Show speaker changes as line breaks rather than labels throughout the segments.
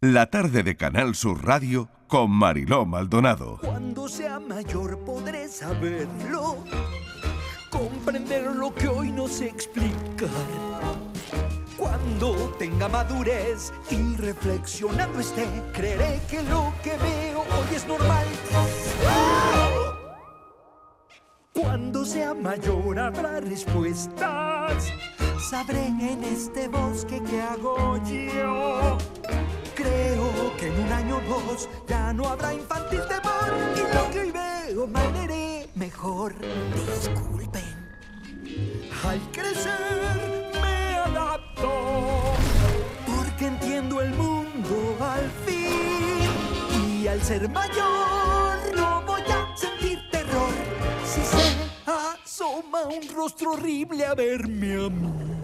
La tarde de Canal Sur Radio con Mariló Maldonado.
Cuando sea mayor podré saberlo, comprender lo que hoy no sé explicar. Cuando tenga madurez y reflexionando esté, creeré que lo que veo hoy es normal. Cuando sea mayor habrá respuestas. Sabré en este bosque que hago yo. Creo que en un año o dos ya no habrá infantil temor y lo que hoy veo me veré mejor. Disculpen. Al crecer me adapto porque entiendo el mundo al fin y al ser mayor no voy a sentir terror si se asoma un rostro horrible a verme a mí.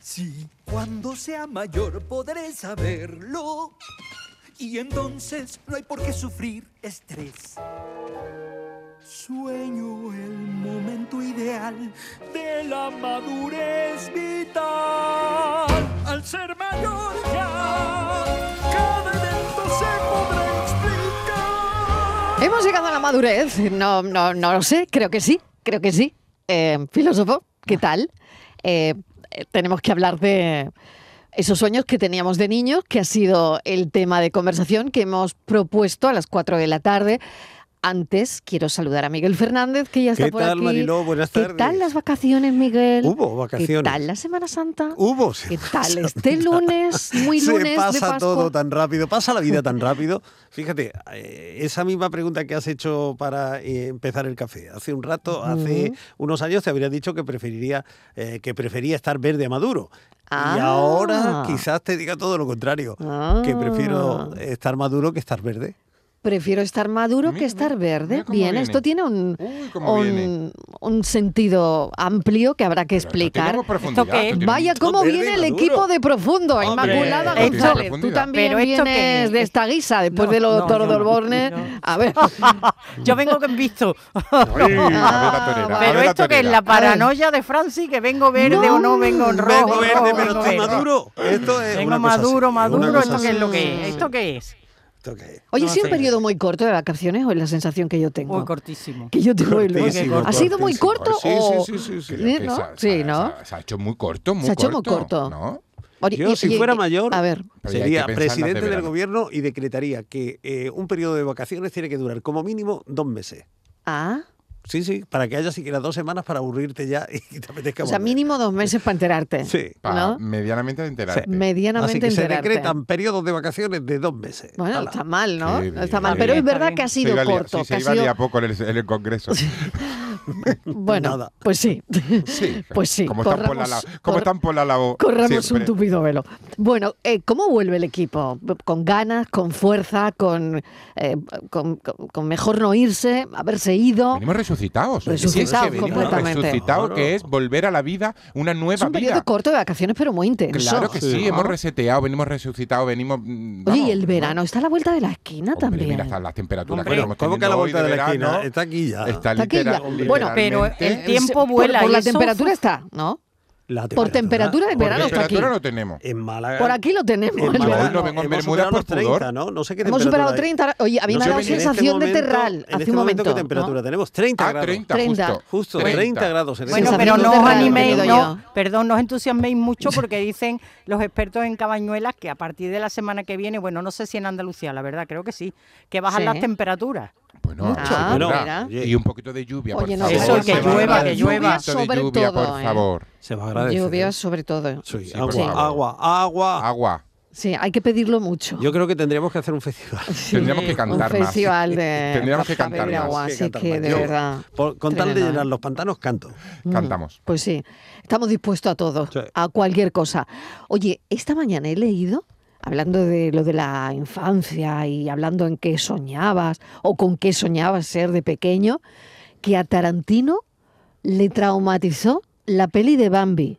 Sí, cuando sea mayor podré saberlo. Y entonces no hay por qué sufrir estrés. Sueño el momento ideal de la madurez vital. Al ser mayor ya, cada evento se podrá explicar.
Hemos llegado a la madurez. No, no, no lo sé. Creo que sí. Creo que sí. Eh, filósofo, ¿qué tal? Eh, eh, tenemos que hablar de esos sueños que teníamos de niños, que ha sido el tema de conversación que hemos propuesto a las 4 de la tarde. Antes quiero saludar a Miguel Fernández, que ya está
¿Qué
por
tal,
aquí.
Mariló? Buenas
¿Qué
tardes.
tal las vacaciones, Miguel?
Hubo vacaciones.
¿Qué tal la Semana Santa?
Hubo.
¿Qué tal este lunes? Muy lunes
Se
de
pasa
Pascua.
todo tan rápido, pasa la vida tan rápido. Fíjate, eh, esa misma pregunta que has hecho para eh, empezar el café. Hace un rato, hace unos años, te habría dicho que preferiría eh, que prefería estar verde a maduro.
Ah.
Y ahora quizás te diga todo lo contrario, que prefiero
Ah.
estar maduro que estar verde.
Prefiero estar maduro que estar verde.
mira cómo
Bien,
viene.
esto tiene un,
Uy, cómo
un-
viene.
un sentido amplio que habrá que
Pero esto tiene
explicar.
algo de profundidad,
¿Esto qué?
esto tiene-
Vaya, cómo
verde y
viene el
maduro.
equipo de profundo,
Hombre,
Inmaculada
esto tiene
González. Tú
profundidad.
también
Pero esto
vienes
qué
de
es.
esta guisa, después
No,
de los
no,
toros
yo
del
no,
Borne.
no.
A ver,
Yo vengo con visto.
Ay, a ver la torera, a ver
Ah, Pero
la
esto que es
torera.
la paranoia de Franci, que vengo verde
No.
o no vengo en rojo.
Vengo verde,
no
pero
vengo
estoy
verde.
maduro. Esto es
Vengo
una cosa así,
maduro,
una
maduro.
cosa
¿Esto qué es
así.
lo que es? ¿Esto qué es?
¿Esto qué es?
oye,
No
ha sido un
sé.
periodo muy corto de vacaciones, o es la sensación que yo tengo.
Uy, cortísimo.
que yo tengo el-
Cortísimo,
¿Ha sido muy
cortísimo.
corto?
Sí,
o...
sí, sí, sí, sí.
Sí,
Que
¿no?
se ha-
Sí,
se ha-
¿no?
se ha- Se ha hecho muy corto, muy
Se ha
corto.
hecho muy corto.
¿no?
Oye,
Yo,
y-
si
y-
fuera
y-
mayor,
A ver,
Pero ya hay que
Sería
pensar en las de
presidente del
verano.
gobierno y decretaría que eh, un periodo de vacaciones tiene que durar como mínimo dos meses.
ah,
Sí, sí, para que haya siquiera dos semanas para aburrirte ya y te apetezca
o sea,
volver.
mínimo dos meses para enterarte.
Sí.
Para
¿No?
medianamente enterarte.
Medianamente
Así que se
enterarte.
decretan periodos de vacaciones de dos meses.
Bueno,
Ala.
está mal, ¿no?
Sí,
No
bien,
está mal,
bien.
pero es
Está
verdad
bien.
que ha
Se
sido
iba a liar-
corto.
sí,
que ha
se iba a
sido-
liar poco en el, en el Congreso.
Bueno,
Nada.
pues sí.
Sí,
Pues sí.
Como están por la,
corramos-
la- como
cor-
están por la labor.
Corramos un
siempre.
tupido velo. Bueno, eh, ¿cómo vuelve el equipo? ¿Con ganas, con fuerza, con, eh, con, con- con mejor no irse, haberse ido?
Venimos resucitados.
Resucitados
Sí, es que venimos
completamente.
Resucitado que es volver a la vida, una nueva
Es un periodo
vida.
corto de vacaciones, pero muy intenso.
Claro que sí,
Sí.
hemos reseteado, venimos resucitados, venimos. mm,
Oye, y
vamos,
el verano está a la vuelta de la esquina
Hombre,
también.
Mira hasta las temperaturas
Hombre,
que estamos
¿Cómo que a la
teniendo
vuelta
hoy
de la
verano.
esquina? Está aquí ya.
Está
Está aquí
litera-
ya. Bueno, eh,
pero
literalmente-
el tiempo
por-
vuela
Por,
y
la
eso-
temperatura está, ¿no?
La
Por temperatura, el
por
verano está aquí.
Temperatura no tenemos.
En Málaga.
Por aquí lo tenemos.
en
el
Málaga.
verano.
Hoy no vengo en
hemos
Bermuda
superado
por
los 30,
pudor.
¿no? No sé qué
Hemos
temperatura
superado
hay.
30. Oye, a mí
No
me ha
sé,
dado
en este
sensación de
momento-
terral
en
hace
este
un momento.
¿Qué
¿no?
temperatura tenemos? 30
Ah,
grados.
30,
30.
justo.
Justo, 30 grados. en
Bueno,
este
pero
Sensación
no
de
os
raro,
animéis,
querido
no,
yo.
perdón, no os entusiasméis mucho porque dicen los expertos en Cabañuelas que a partir de la semana que viene, bueno, no sé si en Andalucía, la verdad, creo que sí, que bajan
Sí.
las temperaturas.
Bueno,
Mucho.
sí,
Ah,
¿verdad?
mira.
Oye.
Y un poquito de lluvia,
Oye,
por
no,
favor.
Eso, que
Se va a
llueva,
dar
que
un
llueva.
poquito de
Sobre
lluvia,
todo,
por
¿eh?
favor.
Se va a agradecer. ¿eh?
Lluvia sobre todo.
Sí,
Sí,
agua,
por favor.
agua, agua.
Agua.
Sí, hay que pedirlo mucho.
Yo creo que tendríamos que hacer un festival.
Tendríamos que cantar
un
más.
festival de
Tendríamos que
para beber
cantar más.
agua,
Que
así
cantar
que
más.
de
Yo,
verdad.
por- con tal de
Tremendo,
llenar
¿eh?
los pantanos, canto.
Mm.
Cantamos.
Pues sí, estamos dispuestos a todo,
Sí.
a cualquier cosa. Oye, esta mañana he leído, hablando de lo de la infancia y hablando en qué soñabas o con qué soñabas ser de pequeño, que a Tarantino le traumatizó la peli de Bambi.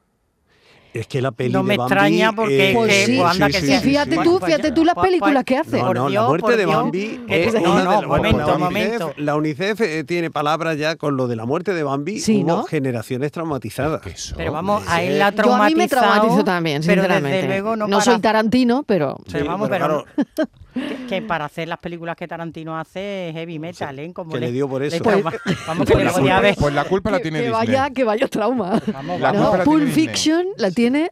Es que la peli
No
de
me
Bambi,
extraña porque
eh,
Pues
que,
sí,
pues anda
sí,
que
sí,
sea.
sí, fíjate
Bueno,
tú,
pues
fíjate
ya.
tú las
Pues,
películas
pues,
que hace.
No,
por
no,
Dios,
la muerte
por
de
Dios.
Bambi.
Que-
es
no,
una de
no,
las-
momento,
bueno, la UNICEF-
momento.
La UNICEF eh, tiene palabras ya con lo de la muerte de Bambi.
Sí,
hubo
¿no?
generaciones traumatizadas.
¿Qué son?
Pero vamos,
Hombre,
a él la ha
Yo a mí me
traumatizado,
traumatizo también,
pero desde
sinceramente.
luego no, para-
soy Tarantino, pero
Pero
Sí,
vamos,
pero
pero que, que para hacer las películas que Tarantino hace es heavy metal, ¿eh? Como
que le dio por eso.
trauma- vamos, que
Pues
le
la
podía
culpa,
haber.
pues la culpa la
que,
tiene
que
Disney.
vaya, que vaya trauma.
Vamos,
La
No,
culpa
vamos.
la
Pulp
tiene Disney.
Fiction la tiene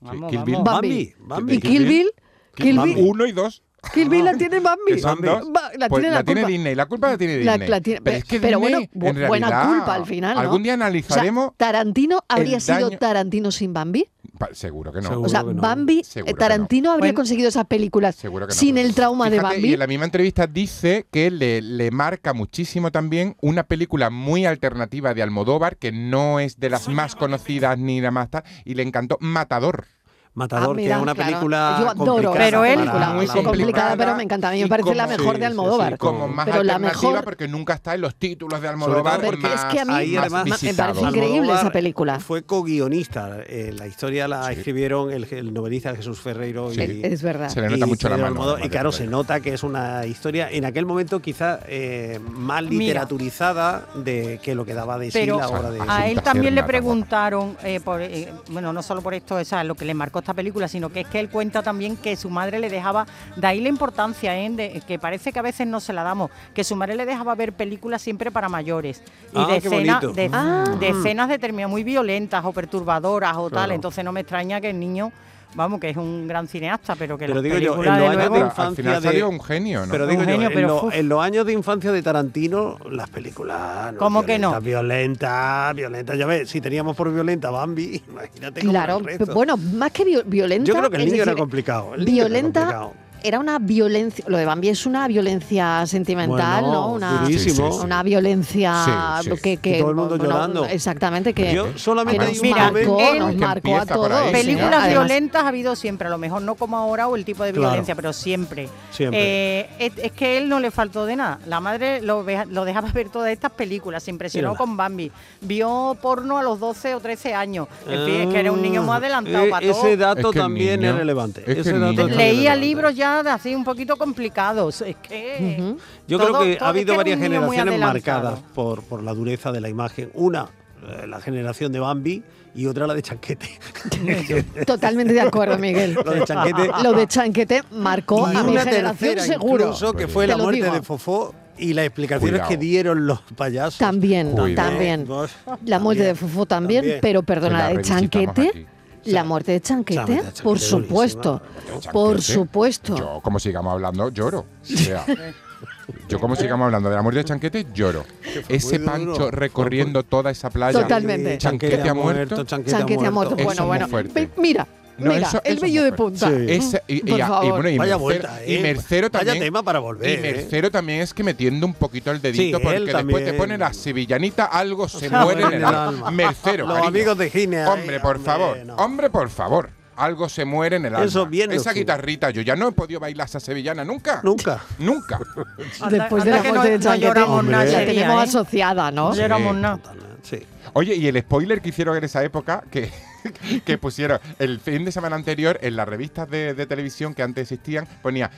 vamos,
Kill Bill.
vamos.
Bambi.
Bambi, Bambi.
Y Kill Bill, Kill
Bambi.
Bill,
Uno y dos.
Kill Bill la tiene Bambi.
Que son dos.
Ba- La
Pues
tiene la culpa.
Disney, la culpa la tiene
La-
Disney.
la tiene-
pero es que
pero
Disney,
bueno, bu-
en
buena
realidad,
culpa al final, ¿no?
Algún día
O sea,
analizaremos.
Tarantino habría
el
sido
daño-
Tarantino sin Bambi.
Pa- Seguro que no.
Seguro.
O sea,
que no.
Bambi,
Seguro que
eh,
no.
Tarantino habría
Bueno,
conseguido esas películas
Seguro que no,
sin
pero
el trauma de
fíjate, Y
Bambi.
en la misma entrevista dice que le, le marca muchísimo también una película muy alternativa de Almodóvar, que no es de las más conocidas ni la más tal, y le encantó Matador.
Matador,
Ah,
que
mira,
es una
claro.
película
Yo adoro
complicada.
esa Pero él-
para-
película, muy
para-
Es complicada,
complicada
pero me encanta. A mí me
y
parece la
como-
mejor
sí,
de
sí,
Almodóvar.
sí,
Como más
pero la
alternativa,
mejor.
porque nunca está en los títulos de
Sobre
Almodóvar.
todo
porque
más-
es que a mí
ahí,
más
además,
me parece
visitados.
increíble
Almodóvar
esa película.
Fue co-guionista. eh, la historia la escribieron el, el novelista Jesús Ferreiro
Sí.
y,
Es verdad.
Se le nota
y
mucho la
Pedro
mano.
Almodóvar. Y claro, se nota que es una historia en aquel momento quizá eh, más
Mira.
literaturizada de que lo que daba de sí
Pero
la obra de
es
a
un
él
placer,
también le
Nata.
preguntaron, eh, por, eh, bueno, no solo por esto, o sea, lo que le marcó esta película, sino que es que él cuenta también que su madre le dejaba, de ahí la importancia, ¿eh? de- que parece que a veces no se la damos, que su madre le dejaba ver películas siempre para mayores y
Ah,
de,
qué
escena-
bonito.
de,
Ah.
de escenas determinadas muy violentas o perturbadoras o tal,
Claro.
entonces no me extraña que el niño, vamos, que es un gran cineasta, pero que
Pero
las
digo yo, en
películas
los
de
años
luego-
de
Pero al
infancia
final
de-
salió un genio, ¿no?
Pero digo
Eugenio,
yo,
pero,
en, lo-
uf.
en los años de infancia de Tarantino, las películas.
¿Cómo que no?
Violenta, violenta. Ya ves, si teníamos por violenta Bambi, imagínate cómo
Claro,
era el resto.
bueno, más que viol- violenta.
Yo creo que el
es
niño era
decir,
complicado. el niño era
Violenta era,
complicado.
una violencia. Lo de Bambi es una violencia sentimental,
Bueno,
¿no? Una,
durísimo.
Sí, sí, sí.
una violencia
Sí, sí.
Que, que-
todo el mundo
bueno,
llorando.
Exactamente, que
Yo solamente
que
hay
nos
un
Mira,
marcó,
él-
nos
Es
que
marcó a
empieza por
todos.
ahí, sí,
Películas
Además-
violentas ha habido siempre, a lo mejor no como ahora o el tipo de
Claro.
violencia, pero siempre.
Siempre.
Eh, es, es que él no le faltó de nada. La madre lo, ve- lo dejaba ver todas estas películas, se impresionó
Mírala.
con Bambi. Vio porno a los 12 o 13 años. En fin, es que
Ah,
era un niño muy adelantado
eh,
para todo.
Ese dato
Es que el
también
niño-
es relevante.
es que
ese
el
dato
niño-
es
Leía
relevante.
libros ya de así un poquito complicados. Es que.
Ujú.
Yo
todo-
creo que
todo-
ha
es
habido
era
varias
un niño muy
generaciones
adelantado.
marcadas por, por la dureza de la imagen. Una, eh, la generación de Bambi y otra la de Chanquete.
Totalmente de acuerdo, Miguel.
Lo de Chanquete.
Lo de Chanquete marcó
y
a mi
una
generación
tercera
seguro.
incluso, que
Sí.
fue
Te
la
lo
muerte
digo.
de Fofó y las explicaciones
Cuidado.
que dieron los payasos.
También,
Cuidado.
también.
Vos-
La muerte de Fofó también,
También.
pero perdona,
La
de
revisitamos
Chanquete.
aquí.
La muerte de Chanquete,
La muerte de Chanquete,
por
durísima.
supuesto.
Chanquete.
Por supuesto.
Yo, como sigamos hablando, lloro. O sea, yo, como sigamos hablando de la muerte de Chanquete, lloro.
fue
Ese
muy duro.
pancho recorriendo toda esa playa.
Totalmente.
Chanquete ha muerto.
Chanquete,
Chanquete ha muerto.
Eso
Bueno,
es
bueno.
muy fuerte.
Ve- Mira,
No,
mira,
eso- eso
el
es
vello
muy
de
fuerte.
punta. Mm,
Sí.
Esa- y, y-
Por
y- y
favor.
bueno, y
Vaya
Mercero,
vuelta,
y
eh.
Mercero
Vaya
también.
tema para volver, eh.
Y Mercero también es que metiendo un poquito el dedito,
Sí,
porque
él
después te
también.
ponen a Sevillanita, algo se
sea,
muere en el alma. Mercero.
Los
cariño.
amigos de Gine. ahí,
Hombre, por favor.
no.
Hombre, por favor. Algo se muere en el alma.
Eso bien
Esa
oscuro.
guitarrita, yo ya no he podido bailar esa sevillana nunca.
Nunca.
Nunca.
Anda-
Después de la
anda que no-
muerte de
no
Chanquete,
lloramos
nada
la
ese
día,
tenemos
¿eh?
asociada, ¿no?
No lloramos nada.
Sí.
Oye, y el spoiler que hicieron en esa época, que, que pusieron el fin de semana anterior en las revistas de, de televisión que antes existían, ponía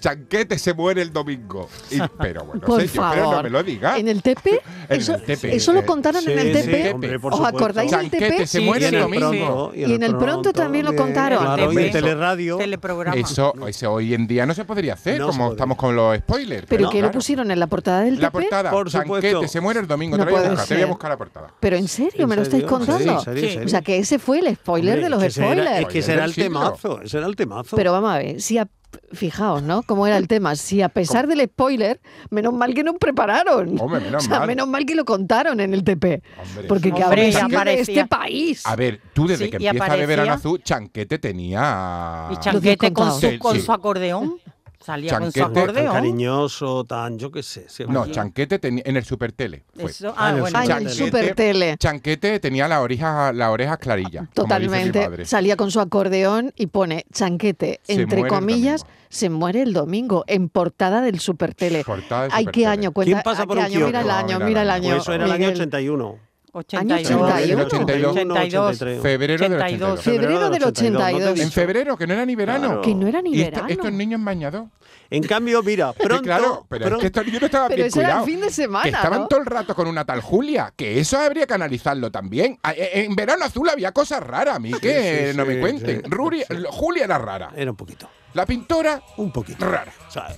Chanquete se muere el domingo. Y- pero bueno,
Por
señor,
favor.
pero no me lo digas.
En el Tepe,
En
eso,
el Tepe.
eso lo contaron en
Sí,
el
sí,
Tepe.
hombre, por
¿Os
supuesto.
acordáis del Tepe?
Chanquete se
Sí,
muere
sí,
el
sí.
domingo.
Y en el pronto también lo contaron.
Claro, y
Tepe.
en Teleradio.
Teleprograma.
Eso, eso hoy en día no se podría hacer,
No se
como
podría.
estamos con los spoilers.
¿Pero que
claro.
lo pusieron en la portada del
La
Tepe?
portada,
Por
Chanquete
supuesto.
se muere el domingo.
No
te, la voy a
puede
buscar, te voy a
ser.
buscar la portada.
¿pero en serio me lo estáis contando?
Sí.
O sea, que ese fue el spoiler de los spoilers.
Es que será el
Del siglo.
temazo. Ese era el temazo.
Pero vamos a ver, si a- fijaos, ¿no? Cómo era el tema. Si a pesar del spoiler, menos mal que nos prepararon.
Hombre, menos
o sea,
mal.
menos mal que lo contaron en el TP.
Hombre.
Porque que
Hombre,
habrá
y
sido de
aparecía-
este país.
A ver, tú desde
Sí,
que
y
empiezas a beber
aparecía-
azul, Chanquete tenía...
Y
Lo tienes
Chanquete con
contado.
Sí,
su, con
Ah. sí.
su acordeón. Salía con su
Chanquete,
tan
acordeón.
cariñoso, tan yo qué sé. sí,
No,
hombre.
Chanquete tenía en el Supertele. fue.
Eso, ah,
Ah,
bueno,
Ay,
ya.
el
Chanquete.
super tele.
Chanquete tenía las orejas la oreja clarillas.
Totalmente. Salía con su acordeón y pone chanquete,
Se
entre
muere el
comillas,
domingo.
se muere el domingo, en portada del Supertele.
Portada del
Ay, qué
Supertele.
año cuenta.
¿Quién pasa
ah,
por
qué
un
año? Mira el
kiosco?
año,
Mira el
mira el
año.
año.
Pues eso era el año
Miguel.
81.
82.
81.
82.
82.
Febrero del
82.
82.
Febrero del 82.
no te he
En
dicho.
febrero, que no era ni verano.
Claro.
Que no era ni
Y esta-
verano.
estos niños bañados.
En cambio, mira, pronto,
claro, pero
pronto-
es que estos niños no estaban
Pero
bien
eso era el
cuidados.
fin de semana,
Que estaban
¿no?
todo el rato con una tal Julia, que eso habría que analizarlo también. A- e- En verano azul había cosas raras, a mí que
sí,
no
sí,
me cuenten.
sí.
Ruri- Julia era rara.
era un poquito,
La pintora,
un poquito.
rara.
O sea,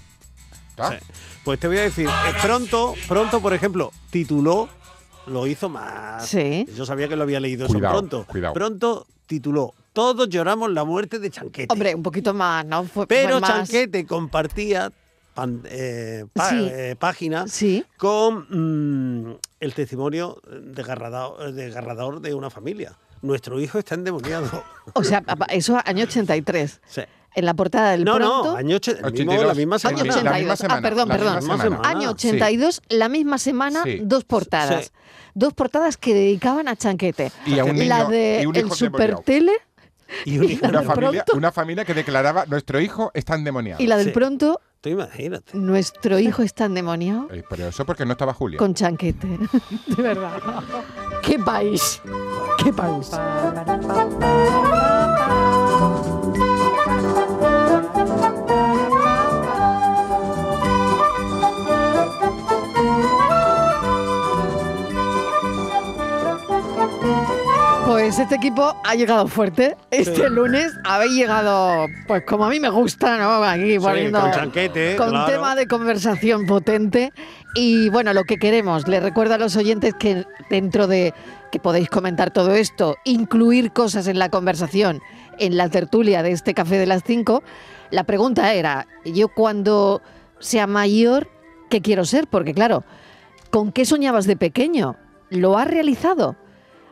¿tá?
Sí. Pues te voy a decir, eh, pronto, pronto, por ejemplo, tituló, lo hizo más.
Sí.
Yo sabía que lo había leído eso
Cuidado,
pronto.
cuidado.
Pronto tituló, todos lloramos la muerte de Chanquete.
Hombre, un poquito más, ¿no? Fue-
Pero
fue más-
Chanquete compartía pan- eh, pa-
Sí.
eh, páginas
Sí.
con mm, el testimonio desgarrador, desgarrador de una familia. Nuestro hijo está endemoniado.
O sea, pa- pa- eso año 83.
Sí,
En la portada del
No,
pronto.
no, año ocho- el mismo-
82.
la misma
Año
semana.
La
82.
misma
ah,
semana,
perdón,
la misma
perdón.
semana.
Año
Ah,
82, la misma semana,
Sí.
dos portadas.
Sí.
Dos portadas que dedicaban a Chanquete.
Y a un
la
niño-
de
y un
El
hijo
Super
endemoniado.
Tele
Y un hijo
Una
de
familia,
pronto.
una familia que declaraba, nuestro hijo está endemoniado.
y la del
Sí.
pronto,
Tú imagínate.
nuestro hijo está endemoniado
Eh, Pero eso porque no estaba Julia.
con Chanquete. De verdad. ¡Qué país! ¡Qué país! Pues este equipo ha llegado fuerte. Este
Sí.
lunes habéis llegado, pues como a mí me gusta, ¿no? Aquí poniendo
con chanquete,
con
claro.
tema de conversación potente. Y bueno, lo que queremos, les recuerdo a los oyentes que dentro de que podéis comentar todo esto, incluir cosas en la conversación, en la tertulia de este café de las 5, la pregunta era, yo cuando sea mayor, ¿qué quiero ser? Porque claro, ¿con qué soñabas de pequeño? ¿Lo has realizado?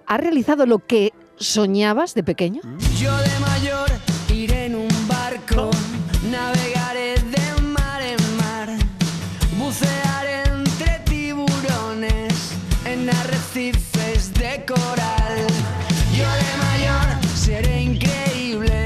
¿Has realizado lo que soñabas de pequeño?
Mm.
Yo de mayor iré en un barco, navegaré de mar en mar, bucearé entre tiburones, en arrecifes de coral. Yo de mayor seré increíble,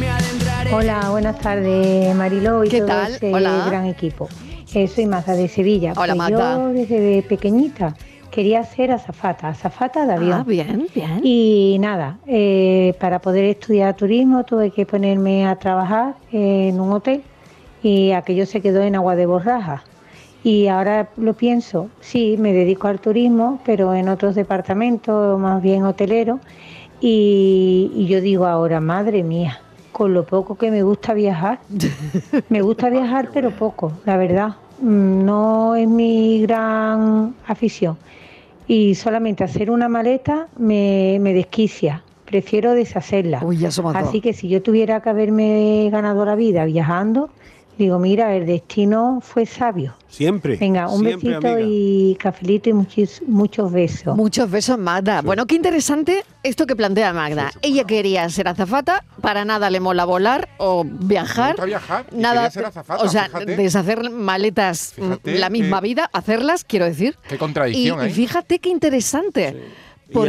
me adentraré.
Hola, buenas tardes Mariló y
¿Qué
todo
tal?
este
Hola.
gran equipo. Eh, soy Maza de Sevilla.
Hola,
Pues
Maza.
Yo desde pequeñita quería ser azafata, azafata de avión.
Ah, bien, bien.
Y nada, eh, para poder estudiar turismo tuve que ponerme a trabajar en un hotel y aquello se quedó en agua de borraja. Y ahora lo pienso, sí, me dedico al turismo, pero en otros departamentos, más bien hotelero. Y, y yo digo ahora, madre mía, con lo poco que me gusta viajar, me
Ah,
gusta viajar, pero poco, la verdad. Mm, No es mi gran afición. Y solamente hacer una maleta me, me desquicia. Prefiero deshacerla.
Uy, ya somos dos.
Así que si yo tuviera que haberme ganado la vida viajando, digo, mira, el destino fue sabio.
Siempre.
Venga, un
siempre,
besito
amiga.
y cafelito y muchis- muchos besos.
Muchos besos, Magda. Ah, Bueno, qué interesante esto que plantea Magda. Ella quería ser azafata, para nada le mola volar o
Me
viajar.
gusta viajar y
Nada,
quería ser azafata,
o sea,
fíjate.
deshacer maletas mm,
Fíjate
la misma
que-
vida, hacerlas, quiero decir.
Qué
Y,
contradicción,
y
¿eh?
fíjate qué interesante, porque,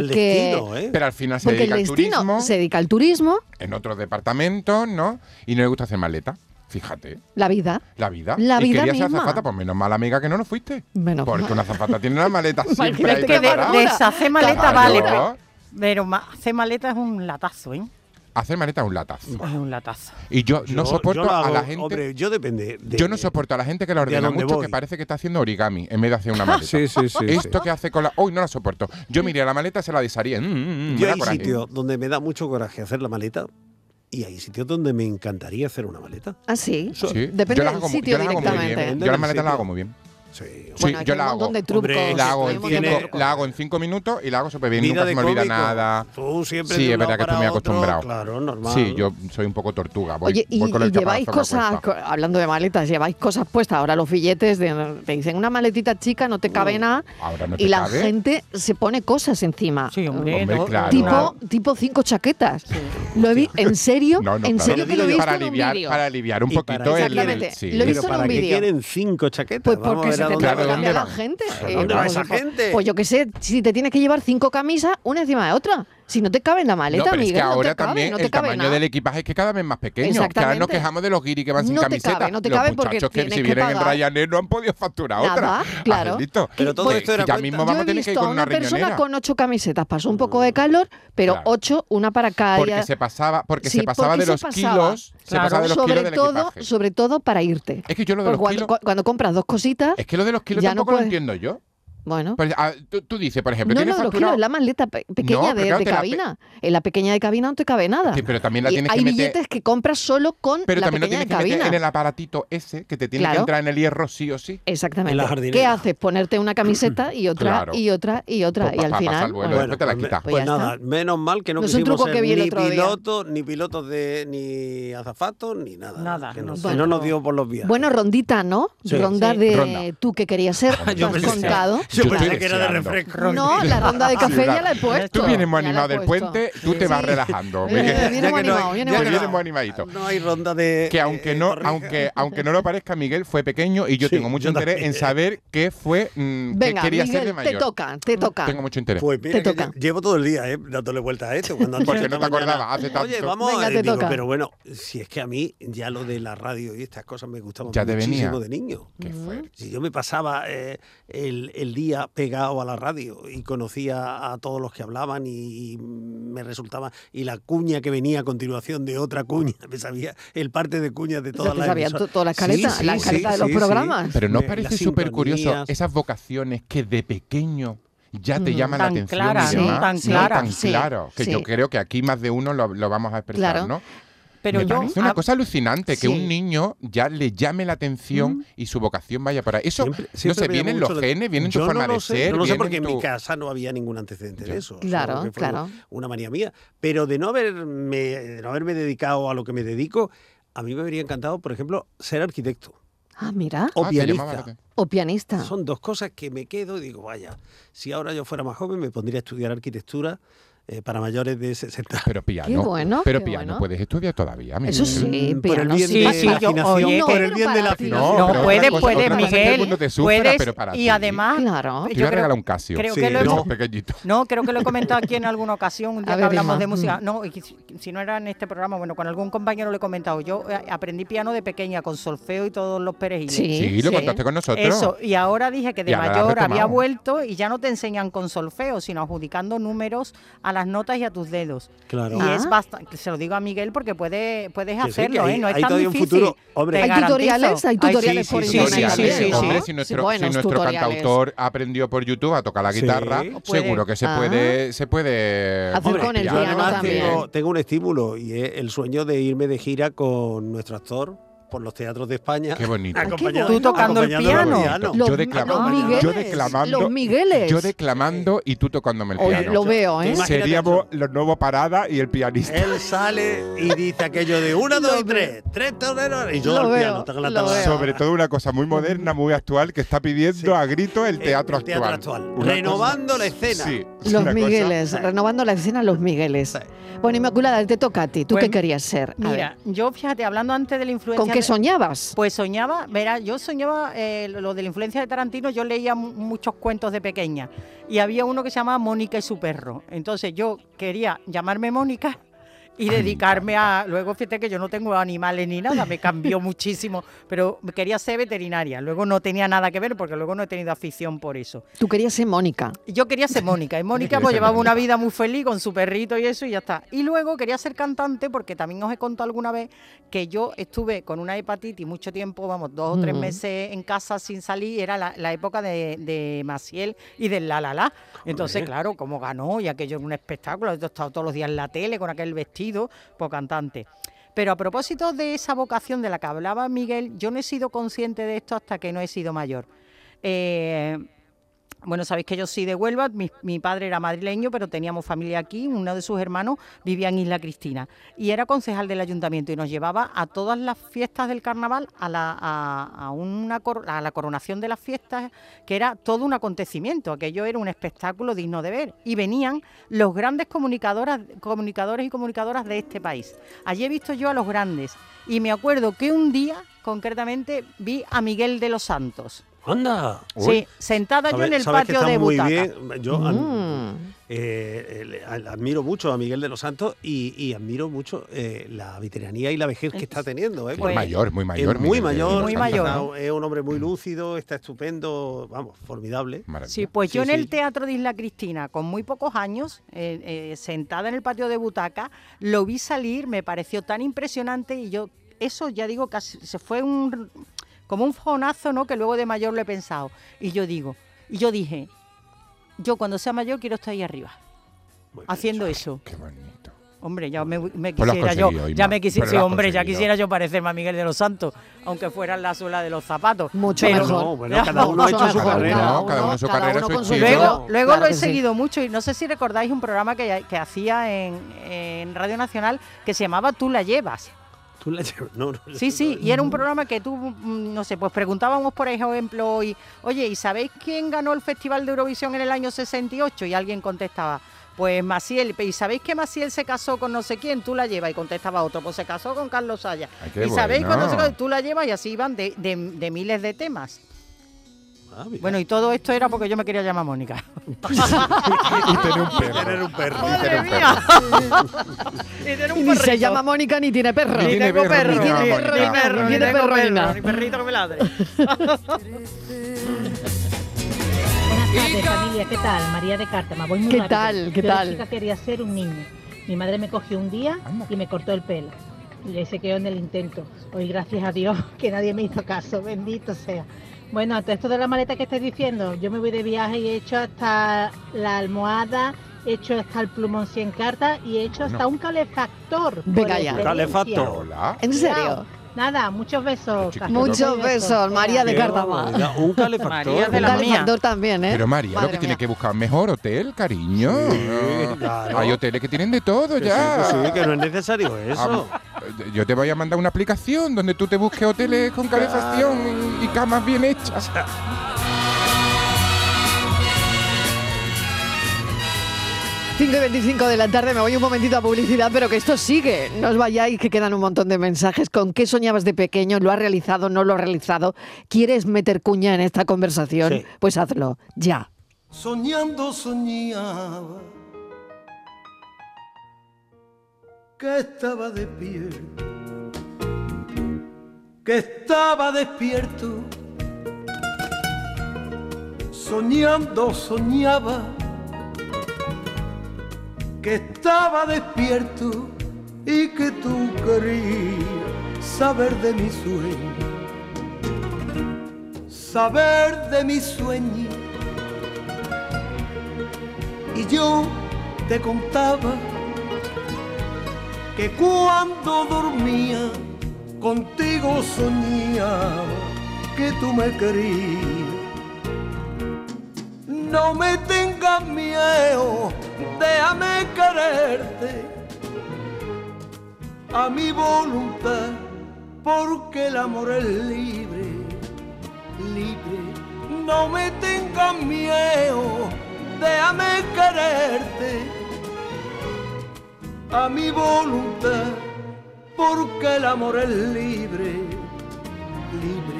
Y el destino, ¿eh?
Pero al final se
porque el
dedica al
destino
turismo,
se dedica al turismo,
en otros departamentos, ¿no? Y no le gusta hacer maleta. Fíjate,
la vida.
la vida.
La
y
vida
quería ser
misma.
azafata, pues menos mala amiga que no nos fuiste.
Menos
Porque
mal.
una azafata tiene una maleta siempre ahí
Imagínate que de-
preparada.
de-
Deshacer Pues maleta
Claro.
vale, pero, pero ma- hacer maleta es un latazo, ¿eh?
Hacer maleta es un latazo.
Es un latazo.
Y yo,
Yo-
no soporto
yo lo
a
hago,
la gente...
Hombre, yo depende. de-
yo no soporto a la gente que
de
la
a
ordena
dónde
mucho,
voy.
que parece que está haciendo origami en vez de hacer una maleta.
Sí, sí, sí,
Esto
sí.
que hace con la. Hoy no la soporto. Yo miré la maleta, se la desharía. Mm, mm, mm, me
Yo
da
hay
coraje.
sitios donde me da mucho coraje hacer la maleta y hay sitios donde me encantaría hacer una maleta.
Así.
Sí.
Depende
Yo las
del
hago mu-
sitio
yo las hago muy bien. ¿eh?
directamente.
Yo las maletas las hago muy bien.
Sí.
Sí,
Bueno,
yo
hay
la
un
hago.
montón de trucos.
Hombre,
La hago,
hay
en
un montón de
cinco,
trucos.
la hago en cinco minutos y la hago súper bien.
Vida
Nunca
de
se me olvida
cómico.
nada.
Tú siempre
Sí,
de
es
un lado
verdad que
para
estoy muy
otro,
acostumbrado.
claro, normal.
Sí, yo soy un poco tortuga. Voy,
Oye, y,
voy con el
y lleváis
caparazón a
cosas,
cuesta.
co- hablando de maletas, lleváis cosas puestas. Ahora los billetes de- te dicen una maletita chica, no te cabe nada.
Uh, ahora no
y
te
la
cabe.
gente se pone cosas encima.
Sí, hombre.
Hombre,
no-
claro.
Tipo, tipo cinco chaquetas. Lo he vi- en serio,
No, no,
en
claro.
serio que lo he visto
para
en un
aliviar,
vídeo.
Para aliviar un
Y para
poquito el- el.
Exactamente.
sí.
Lo he
Pero
visto en
para
un
qué
vídeo.
quieren cinco chaquetas.
Pues
Vamos a
porque
ver
se
a
te
dónde
tiene
claro,
que
van.
cambiar la
van?
gente.
¿A
Eh,
dónde
va
pues,
esa
pues,
gente?
Pues yo qué sé, si te tienes que llevar cinco camisas, una encima de otra. Si no te cabe en la maleta,
no, pero
Miguel,
es que ahora
no te cabe,
también
no te
el
cabe
tamaño
nada.
del equipaje es que cada vez más pequeño. Que ahora
Exactamente.
nos quejamos de los guiris que van sin
No te
camiseta.
cabe, no te
los
cabe porque
muchachos que
tienes
si
que
vienen
pagar.
en Ryanair no han podido facturar
Nada,
otra.
claro.
Angelito,
Pero todo
que-
esto era
que Pues ya
cuenta.
mismo
Yo
vamos
he
a tener que ir
visto
con
a
una
una persona
riñonera.
con ocho camisetas. Pasó un poco de calor, pero
Claro.
ocho, una para cada.
Porque se pasaba, porque se
Sí,
pasaba
porque
de
se
los
pasaba.
kilos, se
Claro.
pasaba de los kilos
sobre
del
todo,
equipaje.
sobre todo para irte.
Es que yo lo de
Porque
los
cuando,
kilos,
cu- cuando compras dos cositas,
es que lo de los kilos
ya no
tampoco lo
puedes-
entiendo yo.
bueno.
Pero, ah, tú, tú dices, por ejemplo,
No,
tienes
no, los
facturado-
kilos, la maleta pe-
No,
pequeña
pero
de,
claro,
de
te la pe-
cabina. En la pequeña de cabina no te cabe nada.
Sí, pero también la
Y
tienes
hay
que meter.
billetes que compras solo con
Pero
la
también lo
pequeña
tienes
de
que meter
cabina.
en el aparatito ese que te tiene que
Claro.
entrar en el hierro sí o sí.
Exactamente.
En la
¿Qué
jardinera.
haces? Ponerte una camiseta y otra
Claro.
y otra y otra.
Pues
y
pa-
al
pa- pasar
final.
el vuelo,
bueno,
después te la quitas.
Pues,
Pues ya
nada,
está.
menos mal que no,
No es un
quisimos
truco
ser
que vi el
ni
otro día.
pilotos, ni pilotos de ni azafatos, ni nada.
Nada,
Que no,
no.
que
Bueno.
no nos dio por los viajes.
Bueno, rondita, ¿no?
Sí.
Ronda
Sí.
de
Ronda.
tú que querías ser,
Ah,
Yo
lo has
pensé-
contado.
Yo
Yo
pensé
estoy
que era de
deseando. ah,
refresco.
No, la ronda de café ya la he puesto.
Tú vienes muy
Ya la he
animado del
puesto.
puente, tú te vas
Sí.
relajando.
Eh,
Miguel.
viene muy
Ya que no hay-
animado, viene
ya
muy
que vienes
animado.
muy animadito.
No hay ronda de.
Que aunque
eh,
no,
torrijas.
aunque, aunque no lo parezca, Miguel fue pequeño y yo
Sí,
tengo mucho
yo
interés
también.
en saber qué fue, mm, qué
Venga,
quería ser de
Miguel, te
mayor.
toca, te toca.
Tengo mucho interés.
Pues mira,
Te
que
toca.
lle- llevo todo el día eh, dándole vueltas a esto. Cuando han
Porque
dicho
no
esta
te
mañana,
acordabas hace tanto.
Oye, vamos
Venga,
eh,
te
digo,
toca.
Pero bueno, si es que a mí ya lo de la radio y estas cosas me gustaban
Ya te venía.
muchísimo de niño.
Qué fuerte.
Si yo me pasaba eh, el, el día pegado a la radio y conocía a todos los que hablaban y, y me resultaba. Y la cuña que venía a continuación de otra cuña, me sabía el parte de cuñas de
O sea,
todas
te
las
sabías
emisoras.
to- toda la escaleta, la escaleta de los programas.
Pero ¿no os
Me-
parece
Eh, las
súper curioso
sincronías.
esas vocaciones que de pequeño ya te llaman
Tan
la atención
claras,
y
¿no?
demás?
Tan
No,
claras,
tan
Mm, sí,
claro, que yo
sí.
creo que aquí más de uno lo, lo vamos a expresar,
Claro.
¿no?
Pero
Me
yo
parece una
ah,
cosa alucinante que
Sí.
un niño ya le llame la atención y su vocación vaya para ahí. Eso,
Siempre-
no
siempre
sé,
me
vienen
llamó
los
mucho la-
genes, vienen tu
Yo
forma
no lo
de
sé,
ser.
No lo sé
vienen
porque en mi
tu-
casa no había ningún antecedente
Ya.
de eso.
Claro,
solo que fue
claro.
Una manía mía. Pero de no, haberme, de no haberme dedicado a lo que me dedico, a mí me habría encantado, por ejemplo, ser arquitecto
Ah, mira.
o
Ah, te llamaba la
pianista.
atención.
O pianista.
Son dos cosas que me quedo y digo, vaya, si ahora yo fuera más joven me pondría a estudiar arquitectura eh, para mayores de 60
Pero piano.
Qué bueno,
pero
qué
piano,
bueno.
puedes estudiar todavía. Miguel.
Eso sí,
Mm, por el
piano
bien
sí.
de- Sí, sí, yo- oye,
por el
pero
bien de
para
la
ti.
finanza.
No,
No,
pero
puede,
otra cosa-
puede,
otra cosa es que el
Miguel.
mundo te sufra,
puedes,
pero para
y
ti.
además,
Te
Claro.
yo
voy a
creo-
regalar un Casio.
creo
Sí,
que lo he-
No,
no.
pequeñito.
No, creo que lo he comentado aquí en alguna ocasión, un día
A
que
ver, Mm.
hablamos
Inma.
de música. No, y que si, si no era en este programa, bueno, con algún compañero lo he comentado. Yo eh, aprendí piano de pequeña, con solfeo y todos los perejiles.
Sí, lo
Sí.
contaste con nosotros.
Eso, y ahora dije que
Y
de
ahora la has
mayor había
retomado.
vuelto y ya no te enseñan con solfeo, sino adjudicando números a las notas y a tus dedos.
Claro.
Y
Ah.
es bastante, se lo digo a Miguel porque puede, puedes
sí, que
hacerlo,
hay-
¿eh? no es
hay
tan
todavía un
difícil.
futuro. Hombre,
te
¿Hay
garantizo.
tutoriales? ¿Hay
Ay,
tutoriales
sí,
por
sí,
internet
tutoriales,
también,
sí, sí,
¿no?
Hombre, si
Sí,
nuestro, si
buenos
nuestro
tutoriales.
cantautor aprendió por YouTube a tocar la
Sí.
guitarra,
Puede.
seguro que se
Ah.
puede, se puede
Hacer con el
yo
piano,
piano
además
también.
Tengo, tengo un estímulo y es el sueño de irme de gira con nuestro actor por los teatros de España.
Qué bonito.
Acompañado-
Tú tocando el
acompañándolo
piano.
al
Los-
yo declamando,
los Migueles,
yo declamando,
los Migueles.
yo declamando y tú tocándome el
Oye,
piano.
lo veo, ¿eh?
Imagínate
Seríamos
eso.
los nuevos Parada y el pianista.
Él sale y dice aquello de uno, dos y tres, tres toreros. Y yo
Lo
al
veo,
piano, toca la
lo
tabla.
veo.
Sobre todo una cosa muy moderna, muy actual, que está pidiendo a grito el
Eh, El
teatro actual.
teatro actual.
Una
Renovando la escena.
Sí, es una
Los
cosa-
Migueles, renovando la escena Los Migueles. Bueno, Inmaculada, te toca a ti. ¿Tú
Pues,
qué querías ser? A
Mira, yo fíjate, hablando antes de la
ver,
influencia.
¿Con qué
de-
soñabas?
Pues soñaba, verá, yo soñaba eh, lo de la influencia de Tarantino, yo leía mu- muchos cuentos de pequeña y había uno que se llamaba Mónica y su perro. Entonces yo quería llamarme Mónica y dedicarme a... Luego fíjate que yo no tengo animales ni nada, me cambió muchísimo, pero quería ser veterinaria. Luego no tenía nada que ver porque luego no he tenido afición por eso.
Tú querías ser Mónica.
Y Yo quería ser Mónica. Y Mónica
Quería
pues
ser
llevaba
Mónica.
una vida muy feliz con su perrito y eso y ya está. Y luego quería ser cantante porque también os he contado alguna vez que yo estuve con una hepatitis mucho tiempo, vamos, dos o tres
Ujú.
meses en casa sin salir. Era la, la época de, de Maciel y del La La La. Entonces, claro, como ganó y aquello era un espectáculo. Yo estaba todos los días en la tele con aquel vestido por cantante. Pero a propósito de esa vocación de la que hablaba Miguel, yo no he sido consciente de esto hasta que no he sido mayor. Eh, bueno, sabéis que yo soy de Huelva, mi, mi padre era madrileño, pero teníamos familia aquí, uno de sus hermanos vivía en Isla Cristina y era concejal del ayuntamiento y nos llevaba a todas las fiestas del carnaval, a la, a- a una, cor- a la coronación de las fiestas, que era todo un acontecimiento, aquello era un espectáculo digno de ver. Y venían los grandes comunicadoras, comunicadores y comunicadoras de este país. Allí he visto yo a los grandes y me acuerdo que un día concretamente vi a Miguel de los Santos.
¡Anda!
Uy.
Sí, sentada yo
Sabes-
en el
sabes que
patio
está
de
muy
butaca.
bien. Yo, a-
Mm.
eh, le- al- admiro mucho a Miguel de los Santos y, y admiro mucho eh, la veteranía y la vejez que está teniendo. ¿eh?
Muy
Pues-
mayor, muy
Es
mayor.
muy
Miguel de los
mayor,
Muy
Santos. Mm.
mayor.
está- es un hombre muy lúcido, está estupendo, vamos, formidable.
Maravilla.
Sí, pues yo
Sí,
en
sí.
el Teatro de Isla Cristina, con muy pocos años, eh, eh, sentada en el patio de butaca, lo vi salir, me pareció tan impresionante y yo, eso ya digo, casi se fue un, como un fonazo, ¿no? Que luego de mayor lo he pensado. Y yo digo, y yo dije, yo cuando sea mayor quiero estar ahí arriba,
Muy bien.
haciendo eso.
Qué bonito.
Hombre, ya me, me
Pues lo has
quisiera yo,
conseguido, Inma,
ya me quisiera,
pero lo has
hombre, ya
conseguido.
quisiera yo parecerme a Miguel de los Santos, aunque fuera en la suela de los zapatos.
Mucho
Pero-
mejor.
No, bueno, cada uno ha hecho
Mucho
su
mejor,
carrera.
Cada uno su carrera, su
con
Sí, estilo.
Luego,
rollo.
luego
Claro
lo he
que sí.
seguido mucho y no sé si recordáis un programa que, que hacía en, en Radio Nacional que se llamaba Tú la llevas.
Tú la llevas- no, no,
Sí,
no,
sí, y era un programa que tú, mm, no sé, pues preguntábamos, por ejemplo, hoy, oye, ¿y sabéis quién ganó el Festival de Eurovisión en el año 68? Y alguien contestaba, pues Maciel, ¿y sabéis que Maciel se casó con no sé quién? Tú la llevas. Y contestaba otro, pues se casó con Carlos Saya.
Ay, qué
¿Y sabéis
bueno.
cuándo se casó? Tú la llevas y así iban de, de- de miles de temas.
Ah, mira.
Bueno, y todo esto era porque yo me quería llamar Mónica.
Y tener un perro.
Tener un perro.
Y tener
¡Madre
un
mía!
perro.
Y tiene un
Y ni se
perrito.
llama Mónica ni tiene perro.
Ni
Ni
tiene
tengo
perro,
perro,
ni
ni
tiene
perro,
perro,
ni perro,
ni
ni
tiene
tengo
perro, ni nada.
perro, ni perrito que me ladre.
Buenas tardes, familia. ¿Qué tal? María de Cártama. Voy muy
¿Qué
rápido.
tal? ¿Qué
Yo de
tal?
chica quería ser un niño. Mi madre me cogió un día
Anda.
y me cortó el pelo. Y ahí se quedó en el intento. Hoy, gracias a Dios, que nadie me hizo caso. Bendito sea. Bueno, a todo esto de la maleta que estáis diciendo, yo me voy de viaje y he hecho hasta la almohada, he hecho hasta el plumón 100 cartas y he hecho hasta un calefactor. por
Venga ya.
experiencia.
Calefactor.
Hola.
¿En serio?
Nada, muchos besos.
Chiquito,
Cafelito y
Muchos besos, María de
Qué
Cártama.
barbaridad, Un
María
calefactor.
de la
Dale,
mía.
Factor también, ¿eh?
Pero María, lo
Madre
que tiene
mía.
que buscar mejor hotel, cariño.
Sí, claro.
Hay hoteles que tienen de todo
Que sí,
ya.
que sí, que no es necesario eso.
Ah, Yo te voy a mandar una aplicación donde tú te busques hoteles con calefacción y- y camas bien hechas.
Cinco y 25 de la tarde, me voy un momentito a publicidad, pero que esto sigue. No os vayáis, que quedan un montón de mensajes. ¿Con qué soñabas de pequeño? ¿Lo has realizado? ¿No lo has realizado? ¿Quieres meter cuña en esta conversación?
Sí.
Pues hazlo, ya.
Soñando soñaba que estaba despierto, que estaba despierto. Soñando soñaba que estaba despierto y que tú querías saber de mi sueño, saber de mi sueño y yo te contaba que cuando dormía contigo soñaba que tú me querías. No me tengas miedo, déjame quererte a mi voluntad, porque el amor es libre libre. No me tengas miedo, déjame quererte a mi voluntad, porque el amor es libre, libre.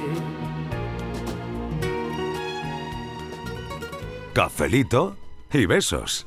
Cafelito y besos.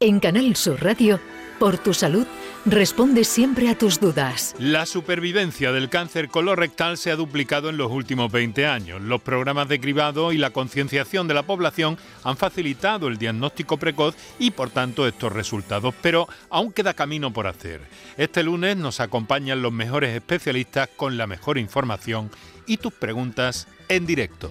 En Canal Sur Radio, por tu salud, responde siempre a tus dudas.
La supervivencia del cáncer colorectal se ha duplicado en los últimos 20 años. Los programas de cribado y la concienciación de la población han facilitado el diagnóstico precoz y por tanto estos resultados, pero aún queda camino por hacer. Este lunes nos acompañan los mejores especialistas con la mejor información y tus preguntas en directo.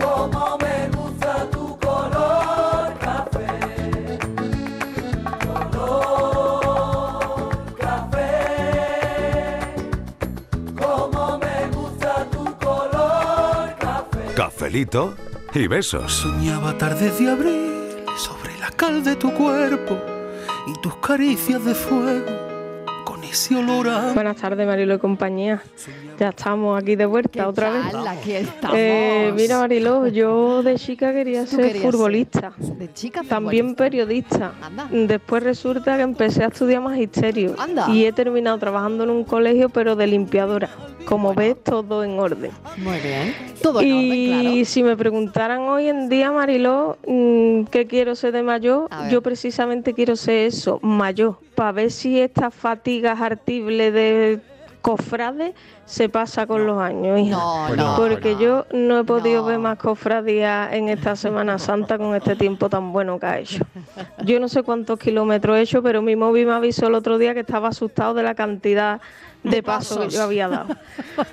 Como me gusta tu color café, color café. Como me gusta tu color café.
Cafelito y besos.
Soñaba tardes de abril sobre la cal de tu cuerpo y tus caricias de fuego con ese olor a...
Buenas tardes, Marilo y compañía. Ya estamos aquí de vuelta otra vez.
Ala, aquí estamos.
Eh, mira, Marilo, yo de chica quería
¿Tú
ser
querías ser?
futbolista.
De chica
También periodista.
Anda.
Después resulta que empecé a estudiar magisterio.
Anda.
Y he terminado trabajando en un colegio, pero de limpiadora. Como ves, todo en orden.
Muy bien. Todo en
y
orden, claro.
si me preguntaran hoy en día, Mariló, mm, ¿qué quiero ser de mayor?
A ver.
Yo precisamente quiero ser eso, mayor, para ver si esta fatiga hartible de cofrade se pasa con los años, hija.
Pues no, no,
Porque yo no he podido ver más cofradías en esta Semana Santa con este tiempo tan bueno que ha hecho. Yo no sé cuántos kilómetros he hecho, pero mi móvil me avisó el otro día que estaba asustado de la cantidad de pasos que
pasos.
yo había dado.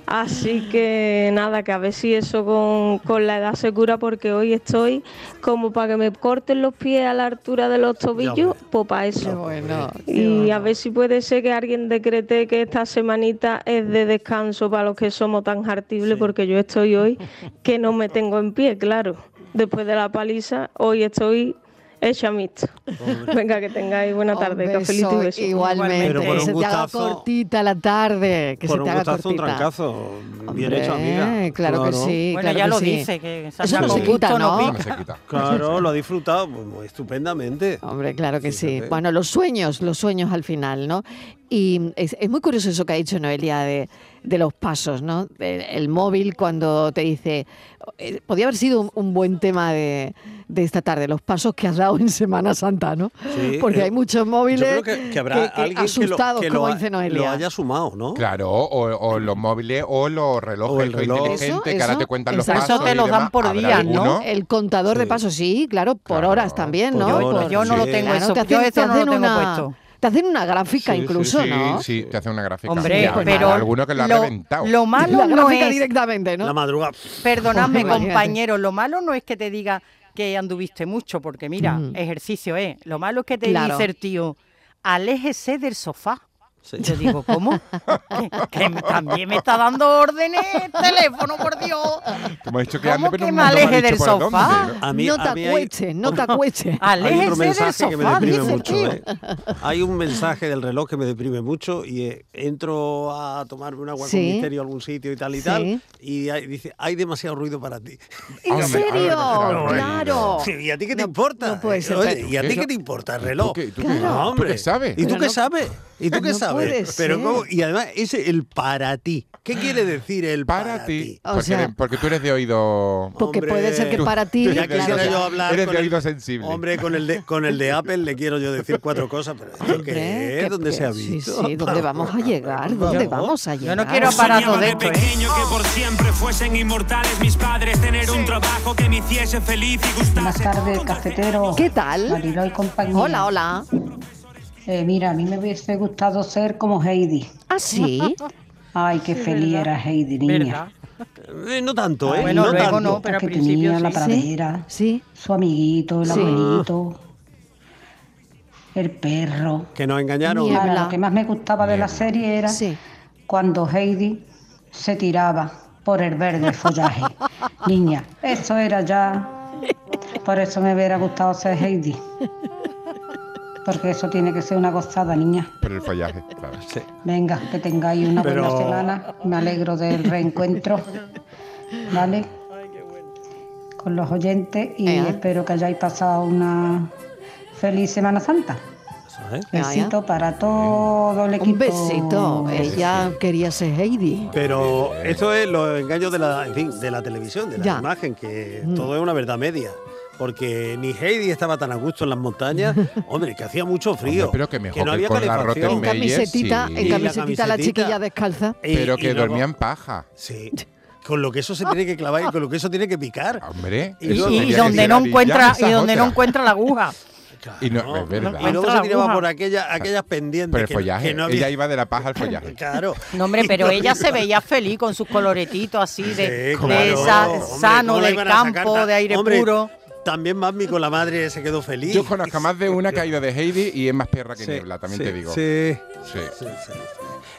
Así que nada, que a ver si eso con, con la edad se cura, porque hoy estoy como para que me corten los pies a la altura de los tobillos, pues para eso. y a ver si puede ser que alguien decrete que esta semanita es de descanso para los que somos tan hartibles, porque yo estoy hoy que no me tengo en pie, claro. Después de la paliza, hoy estoy hecha mixto. Venga, que tengáis buena tarde,
Un
cafelito
beso,
y beso.
Igualmente,
Pero por
que
un
se te haga
gustazo-
cortita la tarde. Que
Por
se
un
te haga
gustazo, un
cortita.
trancazo. Bien
Hombre,
hecho, amiga.
Claro, que sí.
Bueno,
claro
ya
que
lo
sí.
dice, que
Eso no se quita, ¿no?
Claro, lo ha disfrutado pues, estupendamente.
Hombre, claro que sí. Eh, Bueno, los sueños, los sueños al final, ¿no? Y es, es muy curioso eso que ha dicho Noelia de, de los pasos, ¿no? De- el móvil cuando te dice, eh, podía haber sido un, un buen tema de, de esta tarde, los pasos que has dado en Semana Santa, ¿no?
Sí,
Porque
eh,
hay muchos móviles
Yo creo que, que habrá
que- que
alguien que lo-
asustados,
que lo,
como
ha-
dice
lo
Noelia.
haya sumado, ¿no?
Claro, o, o los móviles o los relojes
O el
estos
reloj.
inteligentes que ahora
eso,
te cuentan los
exacto.
pasos. y demás. Habrá alguno
El contador de pasos, sí, claro, por horas también, ¿no?
por horas,
Por-
Yo no lo sí. tengo
Claro,
eso,
te
yo
hacen-
eso
te
no lo
hacen
tengo
una-
puesto.
Te hacen una gráfica
Sí, sí,
incluso,
sí,
¿no?
Sí, te hace una gráfica.
Hombre,
Sí, habrá
pero
alguno que la ha
lo-
reventado.
lo malo
La
no
gráfica
es-
directamente, ¿no?
La madrugada.
Perdonadme,
Imagínate.
compañero, lo malo no es que te diga que anduviste mucho, porque mira,
Mm.
ejercicio es. Lo malo es que te
Claro.
dice el tío, aléjese del sofá. Yo digo, ¿cómo? que, que me- también me está dando órdenes el teléfono, por Dios.
Como he dicho que
¿Cómo
ande, pero
que
no me
me
ha
aleje
dicho
del
por
sofá?
dónde,
A mí-
no
a
te
mí hay-
acueches, no te acueches.
Hay otro mensaje que me deprime
dice el
mucho.
tío.
¿eh? Hay un mensaje del reloj que me deprime mucho y eh, entro a tomarme un agua
Sí.
con misterio a algún sitio y tal y
Sí.
tal y hay- dice, hay demasiado ruido para ti.
¿En
Hombre,
serio?
hombre, hombre.
Claro.
Sí, ¿Y a ti qué te importa? Eh,
puede ser,
Oye,
pero-
¿Y a ti
Eso-
qué te importa el
¿Y tú
reloj?
qué- tú qué- Claro.
No,
¿tú
hombre.
qué sabes?
¿Y tú
Pero
qué
no-
sabes? ¿Y tú qué
No puede
sabes? Pero
ser.
cómo- y además ese el para ti. ¿Qué quiere decir el para, ti?
O
Porque,
sea-
eres- porque tú eres de oído.
Porque puede ser que
Tú-
para ti.
Ya
eres de
quisiera
oído-
yo hablar
Eres
con
de
el-
oído sensible.
Hombre, con el de con el de Apple le quiero yo decir cuatro cosas, pero ¿esto
Hombre,
qué
que-
es? ¿Dónde
que-
se ha
sí,
visto?
sí, ¿dónde vamos a llegar? ¿Dónde vamos a llegar?
no quiero aparato de esto, ¿eh?
pequeño que por siempre fuesen inmortales mis padres, tener un trabajo que me hiciese feliz y
Buenas
gustase.
tardes, cafetero.
¿Qué tal?
Mariló y compañía.
Hola, hola.
Eh, mira, a mí me hubiese gustado ser como Heidi.
¿Ah, sí?
Ay, qué feliz era Heidi, niña. Ah,
Eh, no
Ah,
tanto, ¿eh?
Bueno,
no
luego
tanto.
no, pero al
que
principio
tenía la
sí.
pradera,
¿Sí?
su amiguito, el
Sí.
abuelito, el perro.
Que nos engañaron.
Ahora, lo que más me gustaba de la serie era cuando Heidi se tiraba por el verde follaje. Niña, eso era ya. Por eso me hubiera gustado ser Heidi. Porque eso tiene que ser una gozada, niña.
Por el follaje, claro.
Venga, que tengáis una
Pero-
buena semana. Me alegro del reencuentro. ¿Vale? Con los oyentes y
Ea.
espero que hayáis pasado una feliz Semana Santa.
¿eh?
Ea, ea.
Besito para todo el equipo.
Un besito. Ella quería ser Heidi.
Pero esto es los engaños de la, en fin, de la televisión, de la
Ya.
imagen, que
Mm.
todo es una verdad media. Porque ni Heidi estaba tan a gusto en las montañas, hombre, que hacía mucho frío.
Hombre, pero que mejor
no
que
había
con la
calefacción.
Rottenmeier, En
Camisetita,
Sí.
En
Y la
camisetita la chiquilla descalza.
Y-
Pero
y
que
luego-
dormían paja.
Sí. Con lo que eso se tiene que clavar y con lo que eso tiene que picar.
Ah, Hombre,
Y-
eso
y
tenía que
donde
ser
no
Adilla,
encuentra-
esa
y
donde no
otra.
encuentra la aguja.
Y no, es verdad.
Y luego
Entra
se
la
tiraba
aguja.
por aquella, aquellas pendientes.
Por el
que-
follaje.
que no había-
Ella iba de la paja al follaje.
Claro.
No, hombre, pero
No,
ella
no.
se veía feliz con sus coloretitos así de,
Sí,
de
claro.
sa-
Hombre,
sano,
¿cómo la
del
iban a sacar
campo,
tan-
de aire
Hombre,
puro.
También Mami con la madre se quedó feliz.
Yo conozco a más de una que ha ido de Heidi y es más perra que
Sí,
Niebla, también
sí,
te digo.
sí.
sí.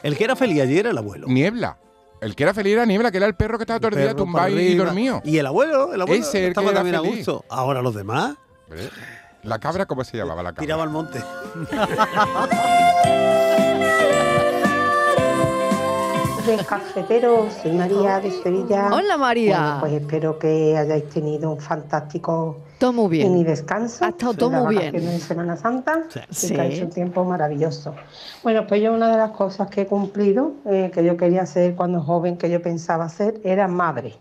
El que era feliz ayer era el abuelo.
Niebla. El que era feliz era Niebla, que era el perro que estaba todo el día
Perro por
tumbado y
arriba.
dormido.
Y el abuelo, el abuelo
Ese el
estaba
que era
también a
feliz.
gusto. Ahora los demás.
La cabra, ¿cómo se llamaba la cabra?
Tiraba al monte.
de cafeteros, soy María de Sevilla.
Hola, María.
Bueno, pues espero que hayáis tenido un fantástico
Todo muy bien.
mini descanso. Ha estado
todo muy bien.
En Semana Santa,
Sí.
y que ha hecho un tiempo maravilloso. Bueno, pues yo una de las cosas que he cumplido, eh, que yo quería hacer cuando joven, que yo pensaba hacer, era madre.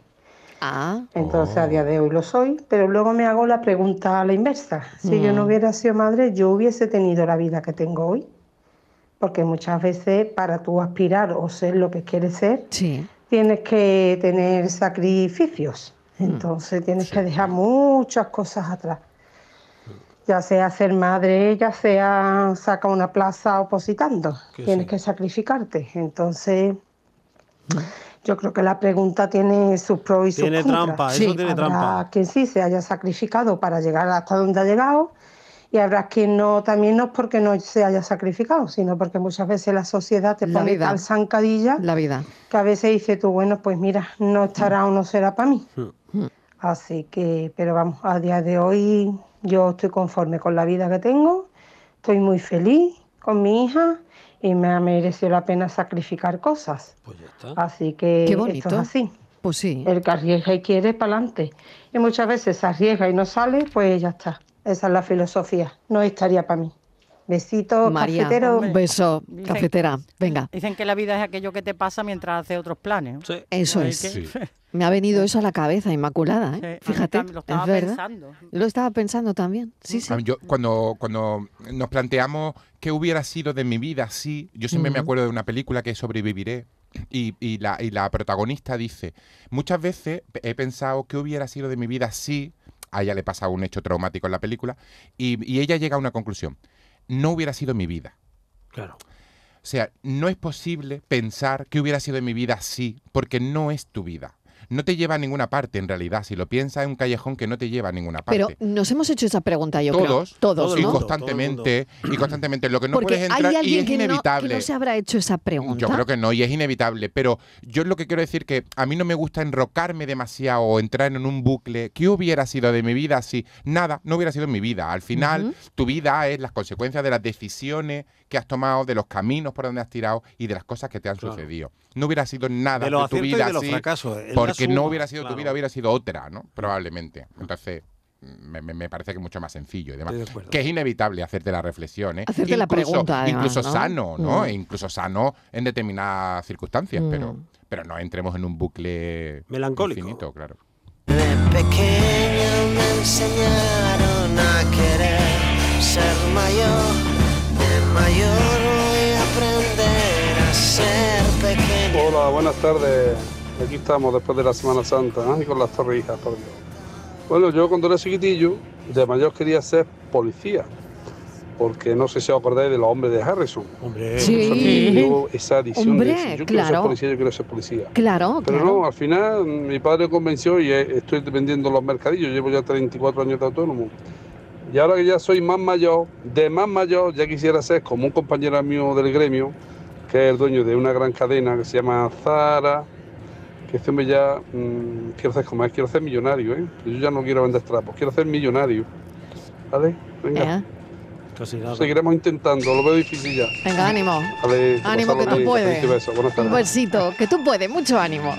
Ah.
Entonces a día de hoy lo soy, pero luego me hago la pregunta a la inversa. Si yo no
Mm.
hubiera sido madre, yo hubiese tenido la vida que tengo hoy. Porque muchas veces para tú aspirar o ser lo que quieres ser, tienes que tener sacrificios.
Hmm.
Entonces tienes que dejar muchas cosas atrás. Ya sea ser madre, ya sea saca una plaza opositando.
Que
tienes que sacrificarte. Entonces, yo creo que la pregunta tiene sus pros y sus
Hmm. Tiene
contras.
trampa, eso Sí. tiene
Habrá
trampa.
quien sí se haya sacrificado para llegar hasta donde ha llegado y habrá quien no, también no es porque no se haya sacrificado, sino porque muchas veces la sociedad te
La
pone
vida.
tal zancadilla
La vida.
que a veces dice tú, bueno, pues mira, no estará o no será para mí.
Mm.
Así que, pero vamos, a día de hoy yo estoy conforme con la vida que tengo, estoy muy feliz con mi hija y me ha merecido la pena sacrificar cosas. Así que
Qué
esto es
bonito.
así.
Pues sí.
El que arriesga y quiere para adelante. Y muchas veces se arriesga y no sale, pues ya está. Esa es la filosofía. No estaría para mí. Besitos,
María,
cafetero.
un beso,
Dicen-
cafetera. Venga,
Dicen que la vida es aquello que te pasa mientras haces otros planes.
eso
Ay,
es.
que-
Me ha venido eso a la cabeza, Inmaculada. ¿eh?
Sí, a mí
Fíjate,
también lo estaba
es verdad.
pensando.
Lo estaba pensando también. Sí, sí.
A mí, yo- cuando, cuando nos planteamos qué hubiera sido de mi vida así, yo siempre me
Ujú.
acuerdo de una película que es Sobreviviré. Y, y la, y la protagonista dice, muchas veces he pensado qué hubiera sido de mi vida así, a ella le pasa un hecho traumático en la película, y, y ella llega a una conclusión, no hubiera sido mi vida.
Claro.
O sea, no es posible pensar que hubiera sido en mi vida así, porque no es tu vida. No te lleva a ninguna parte, en realidad. Si lo piensas, es un callejón que no te lleva a ninguna parte.
Pero nos hemos hecho esa pregunta, yo
todos,
creo. Todos,
y
¿no?
constantemente, y constantemente. Lo que no
Porque
puedes
hay
entrar y
alguien
es
que no-
inevitable.
que no se habrá hecho esa pregunta.
Yo creo que no, y es inevitable. Pero yo lo que quiero decir que a mí no me gusta enrocarme demasiado o entrar en un bucle. ¿Qué hubiera sido de mi vida si nada no hubiera sido en mi vida? Al final,
Ujú.
tu vida es las consecuencias de las decisiones que has tomado, de los caminos por donde has tirado y de las cosas que te han
Claro.
sucedido. No hubiera sido nada
De
de,
los
tu
aciertos y
vida
de los
así,
fracasos, es la
porque no
suma,
hubiera sido
claro.
tu vida, hubiera sido otra, ¿no? Probablemente. Entonces. Me, me- me parece que es mucho más sencillo y demás. Que es inevitable hacerte la reflexión, ¿eh?
Hacerte la pregunta, además,
Incluso
¿no?
sano, ¿no?
Mm.
incluso sano en determinadas circunstancias,
Mm.
pero, pero no entremos en un bucle
Melancólico.
infinito, claro.
Pequeño me enseñaron a querer ser mayor, de mayor voy a aprender a ser pequeño.
Hola, buenas tardes. Aquí estamos después de la Semana Santa ¿eh? y con las torrijas, por Dios. Bueno, yo cuando era chiquitillo, de mayor quería ser policía, porque no sé si os acordáis de los hombres de Harrison.
Hombre,
Eso a mí Sí. me dio esa adición
Hombre,
de decir, yo quiero
claro.
ser policía, yo quiero ser policía.
Claro,
Pero
Oh, claro.
no, al final mm, mi padre convenció y eh, estoy vendiendo los mercadillos. Llevo ya 34 años de autónomo. Y ahora que ya soy más mayor, de más mayor, ya quisiera ser como un compañero mío del gremio, que es el dueño de una gran cadena que se llama Zara, que este hombre ya mm, quiero ser como él, quiero ser millonario, ¿eh? Yo ya no quiero vender trapos, quiero ser millonario. ¿Vale? Venga.
Casi nada.
Seguiremos intentando, lo veo difícil ya.
Venga, ánimo.
Vale,
Ánimo,
Gonzalo,
que tú
te- te
puedes.
felicito y besos. Buenas
Un
tardes.
besito, que tú puedes, mucho ánimo.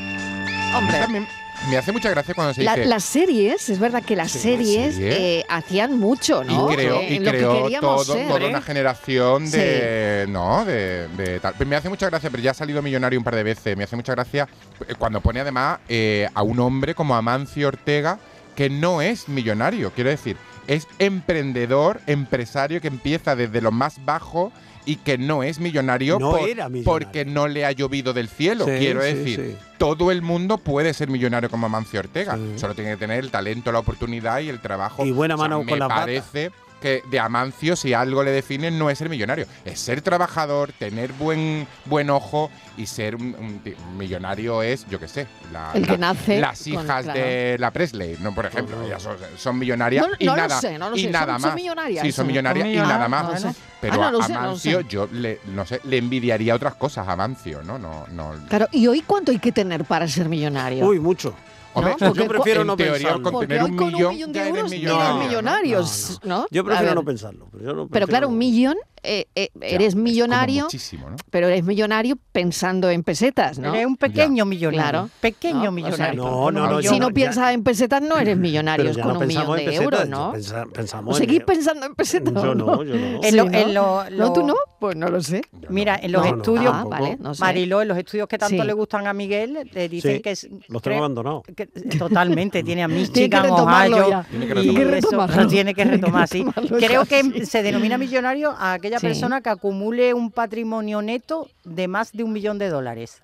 Hombre.
Me hace mucha gracia cuando se
La-
dice.
las series, es verdad que las series
serie.
eh, hacían mucho, ¿no?
Y creo,
Eh,
y
lo que
creo
queríamos
todo,
ser,
toda
¿eh?
una generación de. No, de, de tal. Me hace mucha gracia, pero ya ha salido millonario un par de veces. Me hace mucha gracia eh, cuando pone además eh, a un hombre como Amancio Ortega, que no es millonario, quiero decir, es emprendedor, empresario que empieza desde lo más bajo. Y que no es millonario,
No era millonario.
porque no le ha llovido del cielo.
Sí,
quiero
sí,
decir,
sí.
todo el mundo puede ser millonario como Amancio Ortega. Solo tiene que tener el talento, la oportunidad y el trabajo.
Y buena
O sea,
mano
me
con las patas.
parece que de Amancio, si algo le define, no es ser millonario. Es ser trabajador, tener buen, buen ojo y ser un, un ti- un millonario es, yo qué sé, la-
El que
la-
nace
las
con-
hijas
claro. Oh.
de la Presley, ¿no? por ejemplo. Ellas son, son millonarias
No-
y
no lo
nada,
sé, no lo
y
sé. Son-
nada
son
más.
millonarias.
Sí, son
Son
millonarias y
millonarias.
nada
Ah,
más.
no lo sé.
Pero
Ah, no
a
lo sé, no lo
Amancio,
sé.
yo le, no sé, le envidiaría otras cosas a Amancio, ¿no? no, no
Claro, ¿y hoy cuánto hay que tener para ser millonario?
Uy, mucho.
Hombre,
Yo prefiero
en
no
teoría,
pensarlo.
con
Porque
tener
hoy
un
con
millón,
un millón
ya
de
eres
euros
millonario.
eres millonarios, ¿no?
Yo
A
prefiero
ver,
no pensarlo. Pero, yo no
Pero
prefiero-
claro, un millón, eh, eh, eres millonario,
muchísimo, ¿no?
pero eres millonario pensando en pesetas, ¿no?
Eres un pequeño millonario.
Claro.
Pequeño
¿No?
millonario.
O sea,
No, no, no,
Si
yo
no
no-
piensas en pesetas, no eres millonario
Pero ya
con
no
un millón
pensamos
de
en pesetas,
euros,
ya
¿no?
pensa-
¿O
pensamos en
seguís pensando en pesetas?
Yo
o
no, yo no.
En lo- en lo-
¿No tú no?
lo-
Pues no lo sé.
Mira, en los
No, no,
estudios,
Ah, vale,
no sé.
Mariló, en los estudios que tanto
Sí.
le gustan a Miguel, te dicen
Sí,
que es,
los
creo-
tengo abandonados.
que- totalmente, tiene a
Tiene que
Michigan,
retomarlo
Ohio,
ya. Tiene que
y
retomarlo.
eso
Retomarlo.
lo tiene que retomar, sí.
Tiene que retomarlo
Creo
ya,
que se denomina millonario a aquella
Sí.
persona que acumule un patrimonio neto de más de un millón de dólares.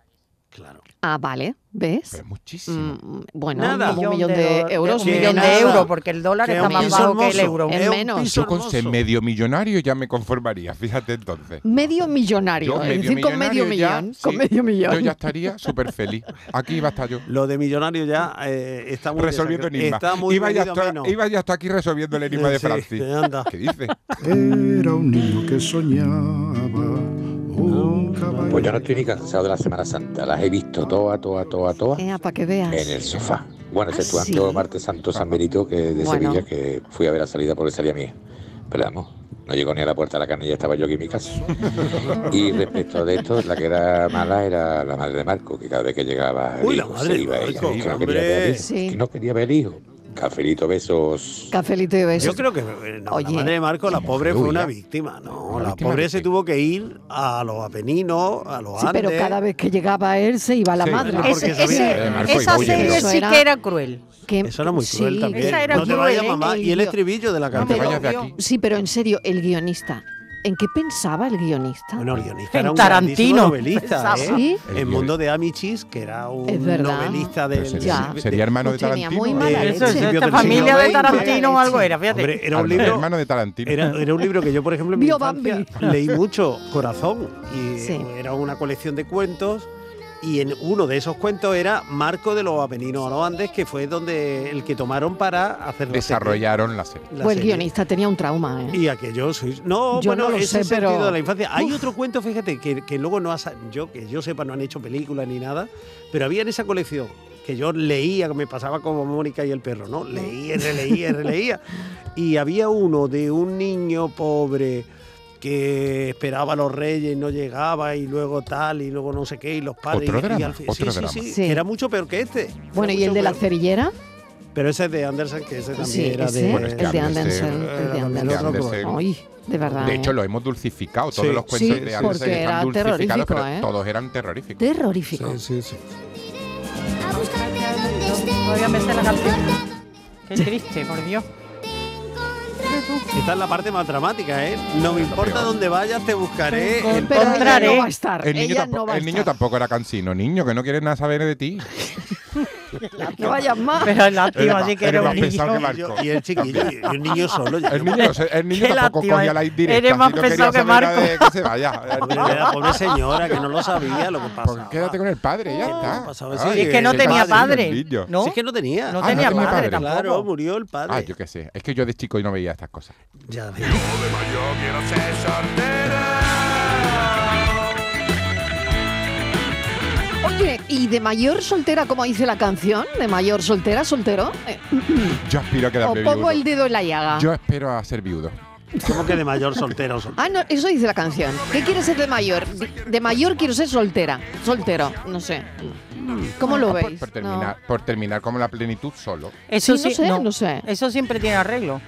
Ah, vale, ¿ves? Mm,
muchísimo.
bueno,
Nada.
como un millón de,
do-
euros.
un
no
millón
es
de
nada.
euros, porque el dólar
Que
está
un
más
piso
bajo que el
hermoso.
euro.
Es menos.
Yo con ser medio millonario ya me conformaría, fíjate entonces.
Medio millonario,
Yo
es
medio
decir, con medio
millonario ya,
millón. Con
sí.
medio millón.
Yo ya estaría súper feliz. Aquí iba a estar yo.
Lo de millonario ya eh, está muy
resolviendo
desacre-
enigmas.
Está muy
iba, ya
venido a
estar-
menos.
iba ya hasta aquí resolviendo el enigma de
Sí,
Francis.
anda.
¿Qué dice?
Era un niño que soñaba.
Pues yo no estoy ni cansado de la Semana Santa, las he visto todas, todas, todas, todas
Eh, para que veas.
en el sofá. Bueno,
Ah,
exceptuando
sí.
martes santo San Benito que de
Bueno.
Sevilla, que fui a ver la salida porque salía mía. Pero vamos, no llegó ni a la puerta de la canilla, estaba yo aquí en mi casa. Y respecto de esto, la que era mala era la madre de Marco, que cada vez que llegaba el
Uy, la
hijo,
madre
se
de
iba ella,
Marco,
que no
hombre.
quería ver al hijo,
Sí.
que no quería ver al hijo. Cafelito, besos.
Cafelito y besos.
Yo creo que eh, no, la
Oye.
madre de Marco, la pobre, fue
Uy,
una
ya.
víctima. No,
Una
la
víctima
pobre
de
se tuvo que ir a los Apeninos, a los
Sí,
Andes.
pero cada vez que llegaba él se iba la
Sí,
madre.
porque Ese- sabía- ese- Eh, Marco esa iba huyendo. serie sí que
era cruel.
Eso era muy
Sí,
cruel también.
esa era
no te
cruel,
vayas,
¿eh?
mamá.
El
Y el
guión.
estribillo de la
No,
canción.
pero- Sí, pero en serio, el guionista. ¿en qué pensaba el guionista?
Bueno, el guionista
En
era un grandísimo
Tarantino.
novelista. ¿eh?
Pensaba. ¿Sí?
El mundo de Amichis, que era un
Es verdad.
novelista
Pero
del.
sería-
de-
sería hermano
de
de Tarantino.
muy mala
Eh,
leche.
principios
Esta
del
familia
siglo
de
XX.
Tarantino o algo era, fíjate.
Hombre, era un
Al
libro.
hermano de Tarantino.
Era, era un libro que yo, por ejemplo, en mi
Vio
infancia
Bambi.
leí mucho, Corazón, y era una colección de cuentos. Y en uno de esos cuentos era Marco de los Apeninos a los Andes, que fue donde el que tomaron para hacer la serie.
Desarrollaron la serie.
La
Pues el
serie.
guionista tenía un trauma, ¿eh?
Y aquello sois. No,
Yo
bueno,
no lo
ese
sé,
sentido
pero-
de la infancia. Hay
Uf.
otro cuento, fíjate, que, que luego no ha sa- yo que yo sepa, no han hecho películas ni nada, pero había en esa colección que yo leía, que me pasaba como Mónica y el perro, ¿no?
¿Eh?
Leía, releía, releía. Y había uno de un niño pobre que esperaba a los reyes, no llegaba, y luego tal, y luego no sé qué, y los padres.
Otro
y- y
drama,
al fin- sí,
otro
sí,
drama.
sí,
Sí.
que era mucho peor que este. Era
Bueno, ¿y el
mucho
de la
peor.
cerillera?
Pero ese es de Anderson, que ese también
Sí,
era
ese,
de...
el de
eh,
Andersen. El de
era
Andersen.
Andersen.
Ay, de verdad.
De hecho,
¿eh?
lo hemos dulcificado. Todos
Sí,
los cuentos
sí,
de
sí.
Andersen
Porque
están
era
dulcificados, pero
terrorífico, ¿eh?
todos eran terroríficos.
Terrorífico.
Sí, sí, sí.
Obviamente la canción. Qué triste, por Dios.
Esta es la parte más dramática, ¿eh? No me importa dónde vayas, te buscaré.
Pero
entonces-
ella no va a estar.
El niño,
Ella
tampo-
no va a
el niño
estar.
tampoco era cansino. Niño, que no quiere nada saber de ti.
No vayas más.
Pero
Eres
lástima,
más-
así que era
eres
un
más pesado que
niño.
Marco.
Y el chiquillo, y el niño solo.
El niño, el niño
Qué
tampoco
lástima,
cogía
eh.
la indirecta.
Eres más
si no quería
pesado que
saber nada
Marco.
de que se vaya.
Pobre, la pobre señora, que no lo sabía lo que pasaba.
Quédate con el padre, ya está.
pasaba?
Ay,
Sí,
es que no
el
tenía
el
padre.
niño.
¿No?
Si es que no tenía.
No
Ah,
tenía padre, tampoco.
Claro, murió el padre.
Ah, yo qué sé. Es que yo de chico no veía estas cosas.
Ya ves.
Oye, y de mayor soltera, como dice la canción, de mayor soltera, soltero, eh,
Yo aspiro a
o
quedarme
pongo
viudo.
el dedo en la llaga.
Yo espero a ser viudo.
¿Cómo que de mayor soltero? sol-
Ah, no, eso dice la canción. ¿Qué quieres ser de mayor? De, de mayor quiero ser soltera, soltero, no sé. ¿Cómo lo
Ah, Por-
veis?
Por, terminar, por terminar como la plenitud solo.
Eso
Sí, no
sí-
sé,
no.
no sé.
Eso siempre tiene arreglo.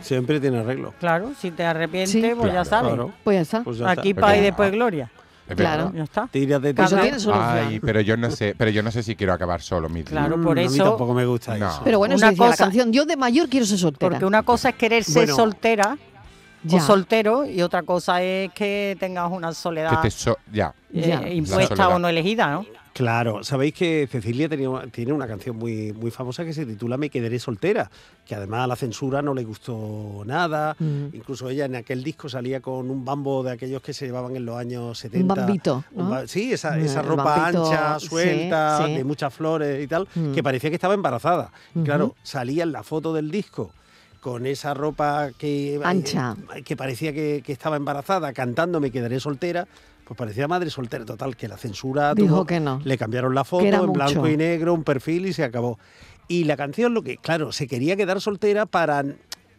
Siempre tiene arreglo.
Claro, si te arrepientes,
Sí.
pues ya
Claro,
sabes.
claro.
Pues ya está.
Pues ya está.
Aquí
Es
paz y
verdad.
después gloria.
Es verdad.
Ya está.
Tírate,
Pues
Cada-
tírate.
Ay, pero yo no sé, pero yo no sé si quiero acabar solo mi vida.
Claro, por Mm, a mí eso- tampoco
me gusta
eso.
Pero bueno, eso
Una
dice la
cosa-
canción. Yo de mayor quiero ser soltera.
Porque una cosa es querer ser
Bueno.
soltera
Ya.
o soltero y otra cosa es que tengas una
que
soledad
te so- ya.
eh, impuesta o no elegida, ¿no?
Claro, sabéis que Cecilia tenía una- tiene una canción muy, muy famosa que se titula Me quedaré soltera, que además a la censura no le gustó nada.
Mm.
Incluso ella en aquel disco salía con un bambo de aquellos que se llevaban en los años 70.
bambito,
Un
¿no?
ba- sí, esa,
Eh,
esa
el
ropa
bambito,
ancha,
sí,
suelta,
sí.
de muchas flores y tal,
Mm.
que parecía que estaba embarazada. Y
Ujú.
Claro, salía en la foto del disco con esa ropa que
Ancha.
que parecía que, que estaba embarazada, cantando Me quedaré soltera, pues parecía madre soltera. Total, que la censura
Dijo
tuvo-
que no.
Le cambiaron la foto
Que
en
era
blanco
mucho.
y negro, un perfil y se acabó. Y la canción, lo que, claro, se quería quedar soltera para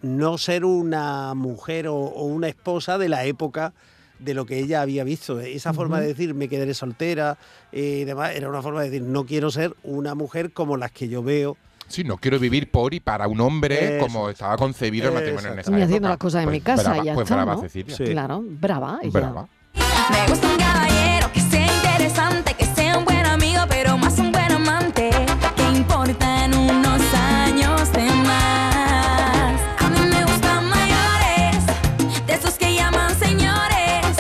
no ser una mujer o, o una esposa de la época de lo que ella había visto. Esa forma de decir, me quedaré soltera eh, y demás, era una forma de decir, no quiero ser una mujer como las que yo veo.
Sí, no quiero vivir por y para un hombre
Eso.
como estaba concebido el matrimonio en
Exacto.
esa
Y Eh, haciendo
época.
las cosas en
Pues
mi casa
brava-
y ya
pues
está,
brava
¿no?
Cecilia.
Claro, brava. ella.
Brava.
Me gusta un caballero que sea interesante, que sea un buen amigo, pero más un buen amante. ¿Qué importa en unos años de más? A mí me gustan mayores, de esos que llaman señores,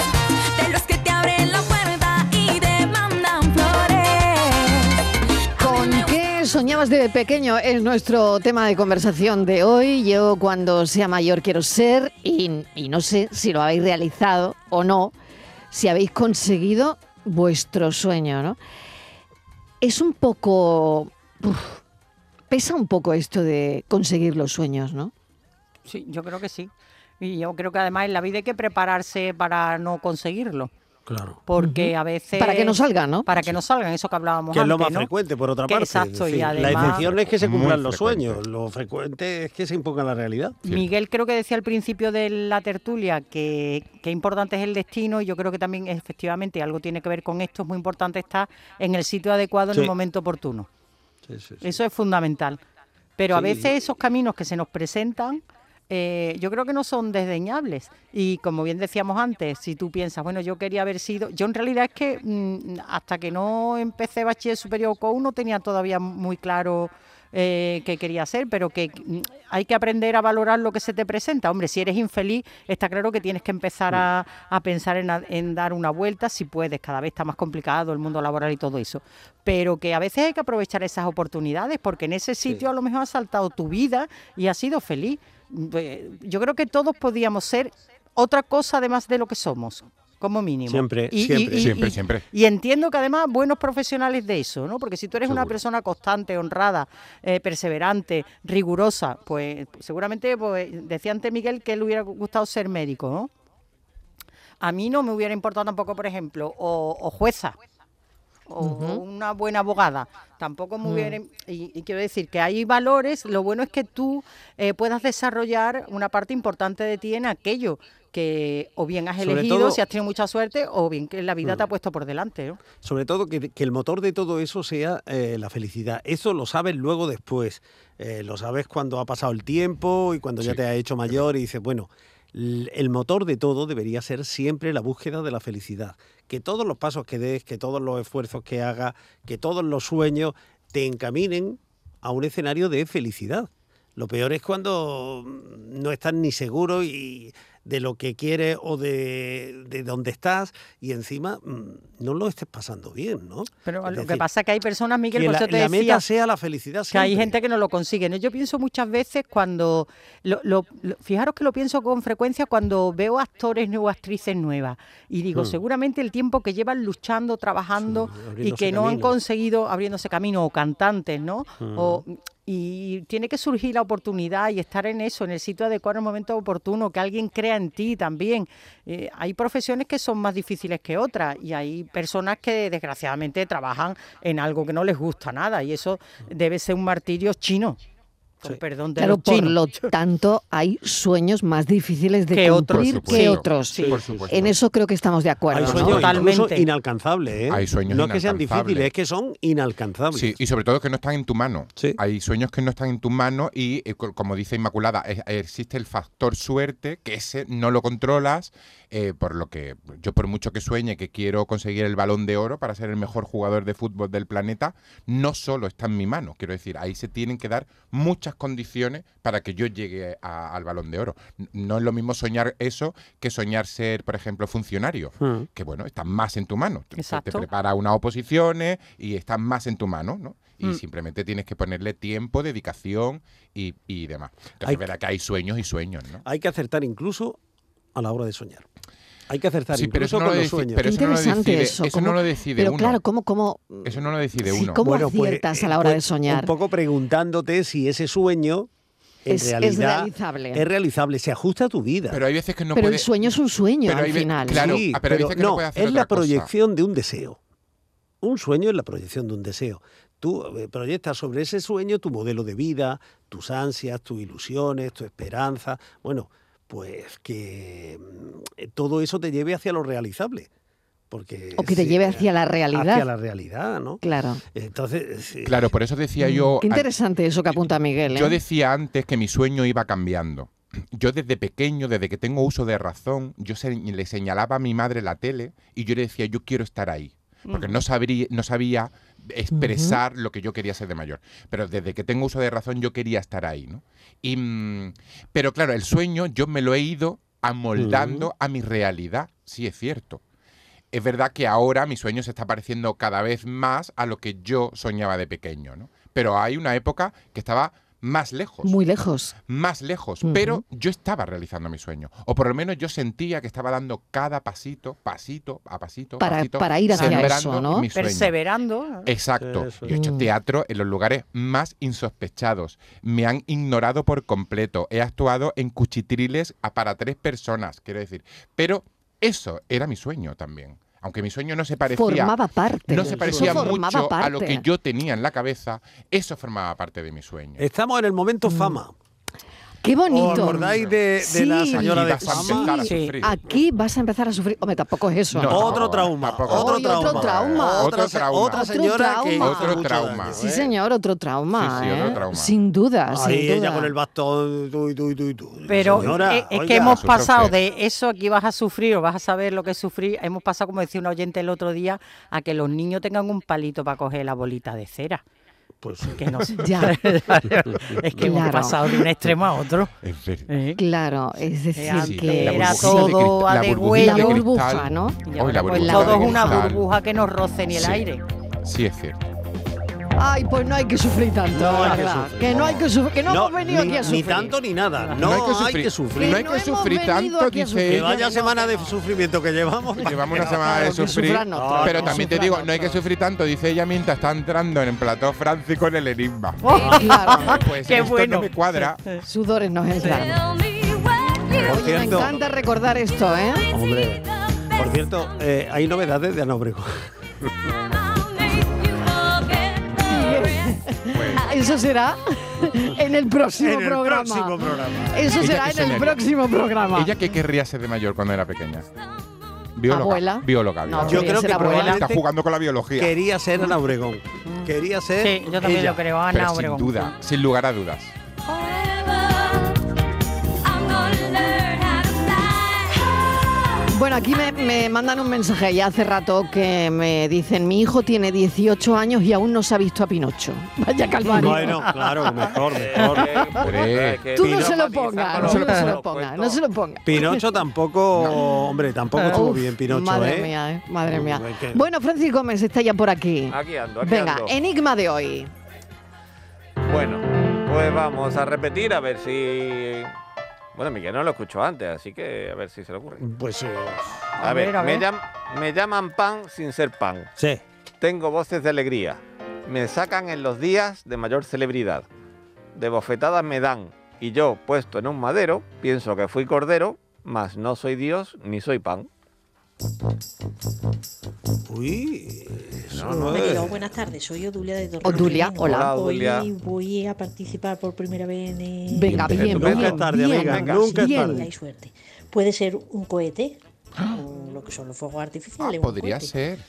de los que te abren la puerta y te mandan flores.
¿Con qué soñabas desde pequeño? Es nuestro tema de conversación de hoy. Yo cuando sea mayor quiero ser y, y no sé si lo habéis realizado o no, si habéis conseguido vuestro sueño, ¿no? Es un poco... uf, pesa un poco esto de conseguir los sueños, ¿no?
Sí, yo creo que sí. Y yo creo que además en la vida hay que prepararse para no conseguirlo.
Claro.
Porque a veces...
Para que no salgan, ¿no?
Para que no salgan, eso que hablábamos
Que es lo
antes,
más
¿no?
frecuente, por otra
Que
parte.
Exacto,
En
y
fin,
además...
La excepción es que se
Muy
cumplan los
frecuente.
sueños. Lo frecuente es que se imponga la realidad.
Miguel creo que decía al principio de la tertulia que, que importante es el destino y yo creo que también efectivamente algo tiene que ver con esto, es muy importante estar en el sitio adecuado
Sí.
en el momento oportuno.
Sí, sí, sí.
Eso es fundamental. Pero a
Sí.
veces esos caminos que se nos presentan, eh, yo creo que no son desdeñables. Y como bien decíamos antes, si tú piensas, bueno, yo quería haber sido. Yo en realidad es que mm, hasta que no empecé bachiller superior con no tenía todavía muy claro. eh, qué quería hacer, pero que mm, hay que aprender a valorar lo que se te presenta. Hombre, si eres infeliz, está claro que tienes que empezar a, a pensar en, a- en dar una vuelta, si puedes, cada vez está más complicado el mundo laboral y todo eso. Pero que a veces hay que aprovechar esas oportunidades, porque en ese sitio a lo mejor has saltado tu vida y has sido feliz. Eh, Yo creo que todos podíamos ser otra cosa además de lo que somos. Como mínimo.
Siempre, siempre. Siempre,
y-
siempre.
Y entiendo que además buenos profesionales de eso, ¿no? Porque si tú eres una
Seguro.
persona constante, honrada, eh, perseverante, rigurosa, pues seguramente, pues, decía antes Miguel que le hubiera gustado ser médico, ¿no? A mí no me hubiera importado tampoco, por ejemplo, o, o jueza, o una buena abogada. Tampoco me
Mm.
hubiera... Y, y quiero decir que hay valores, lo bueno es que tú eh, puedas desarrollar una parte importante de ti en aquello que o bien has
Sobre
elegido,
todo-
si has tenido mucha suerte, o bien que la vida te ha
Mm.
puesto por delante, ¿no?
Sobre todo que, que el motor de todo eso sea eh, la felicidad. Eso lo sabes luego después. Eh, lo sabes cuando ha pasado el tiempo y cuando ya te has hecho mayor y dices, bueno, l- el motor de todo debería ser siempre la búsqueda de la felicidad. Que todos los pasos que des, que todos los esfuerzos que hagas, que todos los sueños te encaminen a un escenario de felicidad. Lo peor es cuando mm, no estás ni seguro y de lo que quieres o de, de dónde estás y encima mm, no lo estés pasando bien, ¿no?
Pero
Es
lo que
decir,
pasa es que hay personas, Miguel,
que
por
la,
eso te
la
decía
meta sea la felicidad
que hay
siempre.
gente que no lo consigue. ¿no? Yo pienso muchas veces cuando, lo- lo- lo- fijaros que lo pienso con frecuencia cuando veo actores o actrices nuevas y digo,
Mm.
seguramente el tiempo que llevan luchando, trabajando y
abriéndose
que no han
camino.
conseguido abriéndose camino o cantantes, ¿no?
Mm.
O Y tiene que surgir la oportunidad y estar en eso, en el sitio adecuado, en el momento oportuno, que alguien crea en ti también. Eh, hay profesiones que son más difíciles que otras y hay personas que desgraciadamente trabajan en algo que no les gusta nada y eso debe ser un martirio chino. Con perdón de
Claro,
los
por
chinos.
lo tanto, hay sueños más difíciles de
Que otros.
cumplir
Por
que
supuesto.
otros.
Sí, por supuesto.
En eso creo que estamos de
Hay
acuerdo.
sueños
¿no?
incluso inalcanzables, ¿eh?
Hay sueños
No es que sean
inalcanzables.
difíciles, es que son inalcanzables.
Sí, y sobre todo que no están en tu mano. Hay sueños que no están en tu mano y, eh, co- como dice Inmaculada, es- existe el factor suerte, que ese no lo controlas, eh, por lo que yo por mucho que sueñe que quiero conseguir el balón de oro para ser el mejor jugador de fútbol del planeta, no solo está en mi mano, quiero decir, ahí se tienen que dar muchas condiciones para que yo llegue a- al balón de oro. N- No es lo mismo soñar eso que soñar ser, por ejemplo, funcionario,
Hmm.
que bueno, está más en tu mano. Te- te- Te
Exacto.
prepara unas oposiciones y están más en tu mano, ¿no? Y
Mm.
simplemente tienes que ponerle tiempo, dedicación y, y demás. Entonces
Hay-
verá que hay sueños y sueños, ¿no?
Hay que acertar incluso a la hora de soñar. Hay que acertar
Sí, pero
incluso
eso no
con
lo
los
deci-
sueños.
pero Qué eso no lo
interesante
decide-
eso.
eso no
¿cómo-
lo decide
pero
uno.
claro, ¿cómo, cómo,
Eso no lo decide
ah, Sí,
uno.
¿cómo
Bueno, pues,
aciertas
eh,
a la hora de
pues, Un
soñar?
poco preguntándote si ese sueño en
Es- es
realidad
realizable.
es realizable, se ajusta a tu vida.
Pero hay veces que no
pero el sueño es un sueño
pero
al
hay ve-
final.
claro,
Sí,
ah, pero hay veces que no
no,
puede hacer
es la
otra cosa.
proyección de un deseo. Un sueño es la proyección de un deseo. Tú eh, proyectas sobre ese sueño tu modelo de vida, tus ansias, tus ilusiones, tu esperanza. Bueno, pues que mm, eh, todo eso te lleve hacia lo realizable. Porque
O que te
sí,
lleve hacia la realidad.
hacia la realidad, ¿no?
Claro.
Entonces, eh,
Claro, por eso decía yo.
Mm, Qué
al-
interesante eso que apunta Miguel. ¿eh?
Yo decía antes que mi sueño iba cambiando. Yo desde pequeño, desde que tengo uso de razón, yo se- le señalaba a mi madre la tele y yo le decía, yo quiero estar ahí. Porque no, sabría, no sabía expresar lo que yo quería ser de mayor. Pero desde que tengo uso de razón, yo quería estar ahí. ¿no? Y, mm, pero claro, el sueño yo me lo he ido amoldando a mi realidad. Sí, es cierto. Es verdad que ahora mi sueño se está pareciendo cada vez más a lo que yo soñaba de pequeño, ¿no? Pero hay una época que estaba más lejos.
Muy lejos.
Más lejos, pero yo estaba realizando mi sueño. O por lo menos yo sentía que estaba dando cada pasito, pasito a pasito.
Para-
pasito,
para ir hacia
sembrando
eso, ¿no?
mi sueño.
Perseverando.
Exacto.
Eso
Yo he hecho
es.
teatro en los lugares más insospechados. Me han ignorado por completo. He actuado en cuchitriles a para tres personas, quiero decir. Pero eso era mi sueño también. Aunque mi sueño no se parecía.
Formaba parte
No
del
se parecía
sueño. Formaba
mucho a lo
parte.
que yo tenía en la cabeza, eso formaba parte de mi sueño.
estamos en el momento fama.
Qué bonito.
¿Os acordáis de, de
Sí.
la señora de
Aquí vas a
fama?
empezar a Sí. sufrir.
Aquí vas a empezar a sufrir. Hombre, tampoco es eso.
No,
¿no?
tampoco,
Otro trauma,
tampoco.
otro
Ay, otro
trauma.
trauma.
Otra se- otra
Otro
señora que
trauma.
hizo mucho
Otro trauma.
daño.
Sí, señor, otro trauma.
Sí, sí, otro
¿eh?
trauma.
Sin duda,
Ahí
sin duda.
ella con el bastón, tú y tú y tú y tú.
Pero
Señora,
eh, es,
oiga.
que hemos pasado de eso aquí vas a sufrir o vas a saber lo que es sufrir, hemos pasado, como decía un oyente el otro día, a que los niños tengan un palito para coger la bolita de cera.
Pues
que no sé.
Ya.
es que hemos
Claro.
pasado de un extremo a otro.
Es verdad.
¿Eh?
Claro, es decir,
antes
que
era todo a
la
degüello.
burbuja, ¿no?
Y
Hoy
ahora,
la
pues,
burbuja
todo
de
es una
cristal.
burbuja que nos roce ni el
Sí.
aire.
Sí, es cierto.
Ay, pues no hay que sufrir tanto,
No hay que
¿verdad?
sufrir.
Que no hay que sufrir, que no, hemos venido
ni,
aquí a
ni
sufrir.
tanto ni nada.
No
No,
hay que
hay
sufrir.
que sufrir.
No hay que sufrir
hemos venido
tanto,
aquí a
dice
sufrir.
Que
ella.
vaya semana de sufrimiento que llevamos.
Llevamos una semana de
que
sufrir,
sufran otros,
pero
que
también te
sufran
digo, no hay que sufrir tanto, dice ella mientras está entrando en el plató Francisco en el enigma.
Oh,
Pues
Ah, Qué
esto
bueno.
no me cuadra.
Sudores nos entran.
Por
Oye, me
cierto-
encanta recordar esto, ¿eh?
Hombre, por cierto, eh, hay novedades de Ana Obregón.
Eso será en el próximo
En el
programa.
próximo programa.
Eso
Ella
será
que
en el
soñaría.
próximo programa.
¿Ella qué querría ser de mayor cuando era pequeña? Bióloga.
Abuela.
Bióloga.
No,
bióloga.
Yo creo que
Está
probablemente
jugando con la biología.
quería ser Ana Obregón. Quería ser
Sí, yo también
ella.
lo creo, Ana
pero
Obregón.
sin duda, sin lugar a dudas.
Bueno, aquí me, me mandan un mensaje ya hace rato que me dicen, mi hijo tiene 18 años y aún no se ha visto a Pinocho. Vaya calvario.
Bueno, claro, mejor, mejor.
Tú no se lo pongas, no se lo pongas, no se lo pongas.
Pinocho tampoco, hombre, tampoco estuvo
Uf,
bien Pinocho,
madre
¿eh?
mía, eh, madre mía.
Uy, que-
Bueno, Francis Gómez está ya por aquí.
Aquí ando, aquí
Venga,
ando.
enigma de hoy.
Bueno, pues vamos a repetir a ver si. Bueno, Miguel no lo escuchó antes, así que a ver si se le ocurre.
Pues eh,
A, ver, Me, llam- me llaman pan sin ser pan.
Sí.
Tengo voces de alegría. Me sacan en los días de mayor celebridad. de bofetadas me dan, y yo, puesto en un madero, pienso que fui cordero, mas no soy Dios ni soy pan.
Uy,
no, no es.
Hola, buenas tardes, soy Odulia de Torremolinos.
Oh, Odulia, hola. Hola,
Odulia.
Hoy voy a participar por primera vez en el-
Venga, bien, Estupendo. bien, Nunca es tarde, bien, amiga, bien. Ah. nunca es
Sí,
tarde.
la suerte. Puede ser un cohete, o lo que son los fuegos artificiales. un
Ah, Podría
cohete.
ser.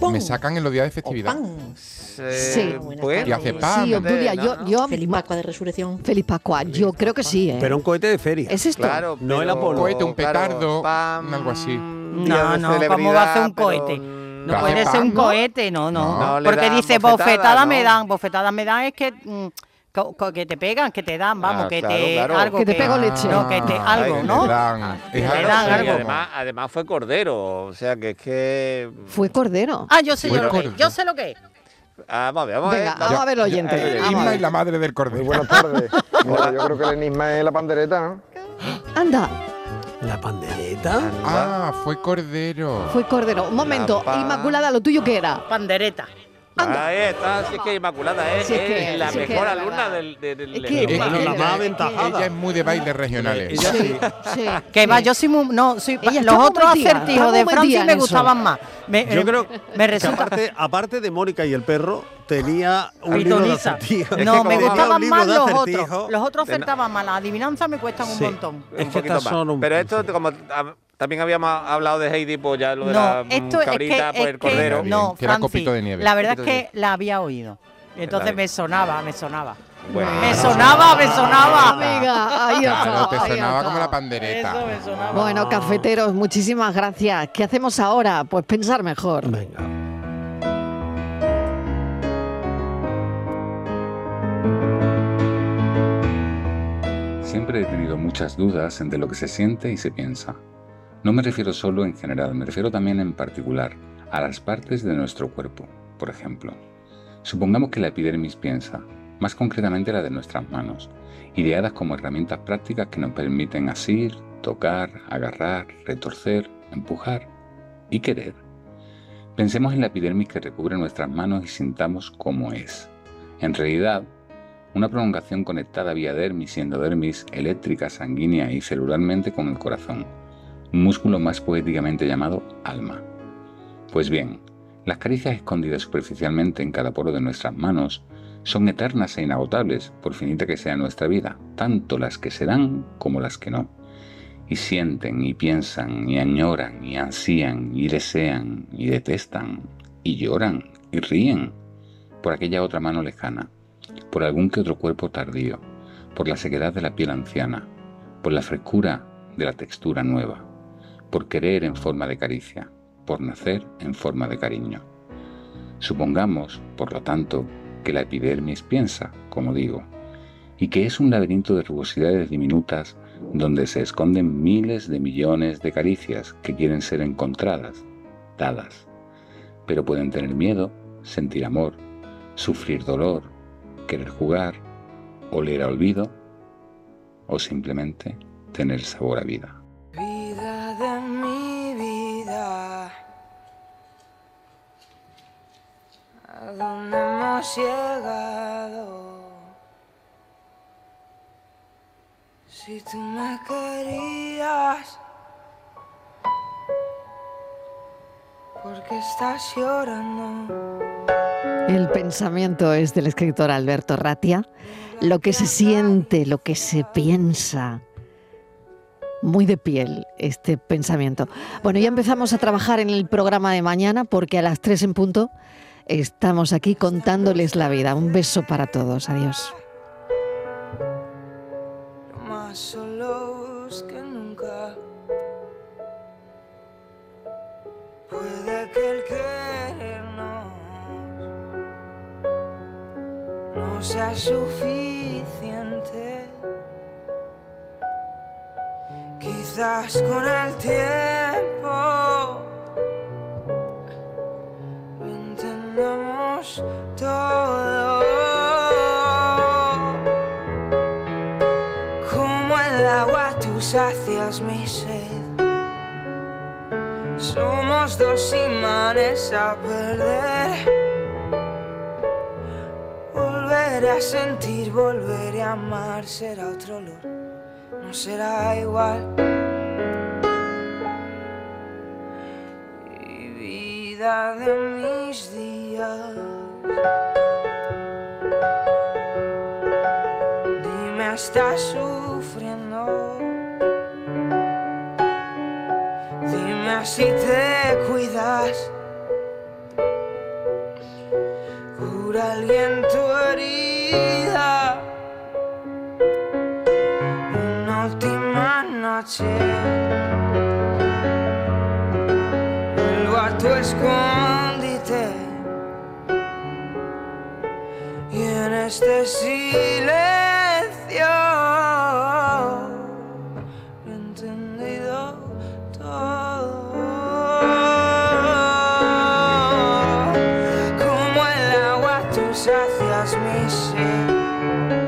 ¡Pum!
Me sacan en los días de festividad.
Pan.
Sí.
Buenas
pues,
tardes.
y hace pan,
Sí, Obdulia,
¿no?
yo, yo... Feliz
Pascua de Resurrección.
Feliz Pascua, yo creo que sí, ¿eh?
Pero un cohete de feria.
¿Es esto? Claro,
no el
pero-
Apolo.
Cohete, un
Claro,
petardo,
pam,
algo así.
No, no, ¿cómo va a ser un cohete?
Lo
No
hace
puede ser
pan,
un
¿no?
cohete, no, no.
No, le
Porque
dan
dice
bofetada,
bofetada,
¿no?
me dan, bofetada me dan es que mm, co- co- que te pegan, que te dan, vamos,
Ah,
que
claro,
te
claro.
algo
Que te pego leche.
No, que te
Ah,
algo,
que
¿no?
te dan.
Que
Claro,
te dan
sí,
algo.
Además, además fue cordero, o sea que es que...
Fue cordero.
Ah, yo sé
Fue
yo lo que,
cordero.
yo sé lo que. es.
Ah, vamos a ver, vamos
Venga,
a ver.
vamos a ver,
Yo-
oyente,
eh,
vamos a
Isma
ver.
y la-
madre del cordero.
buenas tardes. Mira, yo creo que el enigma es la pandereta, ¿no?
Anda,
La pandereta.
Ah, fue cordero.
fue cordero. Un momento,
La pa-
Inmaculada, ¿lo tuyo qué era?
Pandereta.
Ahí está, sí que Inmaculada es,
Sí es que-
es la
sí es que
mejor
la
alumna del, del, del-
Es que-
bueno,
es
la
que-
más
es que-
aventajada.
Ella es muy de bailes regionales.
Que va, yo soy muy, no, soy,
Ella
los
está
otros
muy metida,
acertijos
está
de
muy metida
Francis
en
me
eso.
gustaban más. Me,
Yo
eh,
creo que
me resulta
aparte, aparte de Mónica y el perro, tenía un libro de
Pitonisa.
acertijos.
No, me
Tenía un
gustaban
libro
más
de
los
acertijos.
otros. Los otros
De na-
acertaban más. Las adivinanzas me cuestan un
Sí.
montón.
un
que
poquito
estas
más.
son un-
Pero esto, como ah, también habíamos hablado de Heidi, pues ya lo de
No,
la mm,
esto es que-
cabrita,
es
pues el
que-
cordero.
no, Francis, La verdad es que la había oído.
La
Entonces
vi-
me sonaba, me sonaba.
Bueno.
Me sonaba, me sonaba.
Amiga, ahí
Claro,
está.
te
ahí
sonaba
está.
como la pandereta.
Eso me sonaba.
Ah.
Bueno, cafeteros, muchísimas gracias. ¿Qué hacemos ahora? Pues pensar mejor.
Siempre he tenido muchas dudas entre lo que se siente y se piensa. No me refiero solo en general, me refiero también en particular a las partes de nuestro cuerpo, por ejemplo. Supongamos que la epidermis piensa, más concretamente la de nuestras manos, ideadas como herramientas prácticas que nos permiten asir, tocar, agarrar, retorcer, empujar y querer. Pensemos en la epidermis que recubre nuestras manos y sintamos cómo es. En realidad, una prolongación conectada vía dermis y endodermis eléctrica, sanguínea y celularmente con el corazón, un músculo más poéticamente llamado alma. Pues bien, las caricias escondidas superficialmente en cada poro de nuestras manos son eternas e inagotables, por finita que sea nuestra vida, tanto las que se dan como las que no. Y sienten, y piensan, y añoran, y ansían, y desean, y detestan, y lloran, y ríen, por aquella otra mano lejana por algún que otro cuerpo tardío, por la sequedad de la piel anciana, por la frescura de la textura nueva, por querer en forma de caricia, por nacer en forma de cariño. Supongamos, por lo tanto, que la epidermis piensa, como digo, y que es un laberinto de rugosidades diminutas donde se esconden miles de millones de caricias que quieren ser encontradas, dadas, pero pueden tener miedo, sentir amor, sufrir dolor, querer jugar, oler a olvido o simplemente tener sabor a vida.
Vida de mi vida, ¿a dónde hemos llegado? Si tú me querías, ¿por qué estás llorando?
El pensamiento es del escritor Alberto Ratia. Lo que se siente, lo que se piensa. Muy de piel este pensamiento. Bueno, ya empezamos a trabajar en el programa de mañana porque a las 3 en punto estamos aquí contándoles la vida. Un beso para todos. Adiós.
más solos que nunca. Puede que el querernos no sea suficiente. Quizás con el tiempo lo entendamos todo. Como el agua tú sacias mi sed. Somos dos imanes a perder. Volver volveré a sentir, volveré a amar, será otro olor, no será igual. Y vida de mis días, dime, ¿estás sufriendo? Dime si te cuidas. Cura alguien tu herida. Una última noche. Vuelvo a tu escondite. Y en este silencio. lo he entendido todo. Como el agua tú sacias mi sed.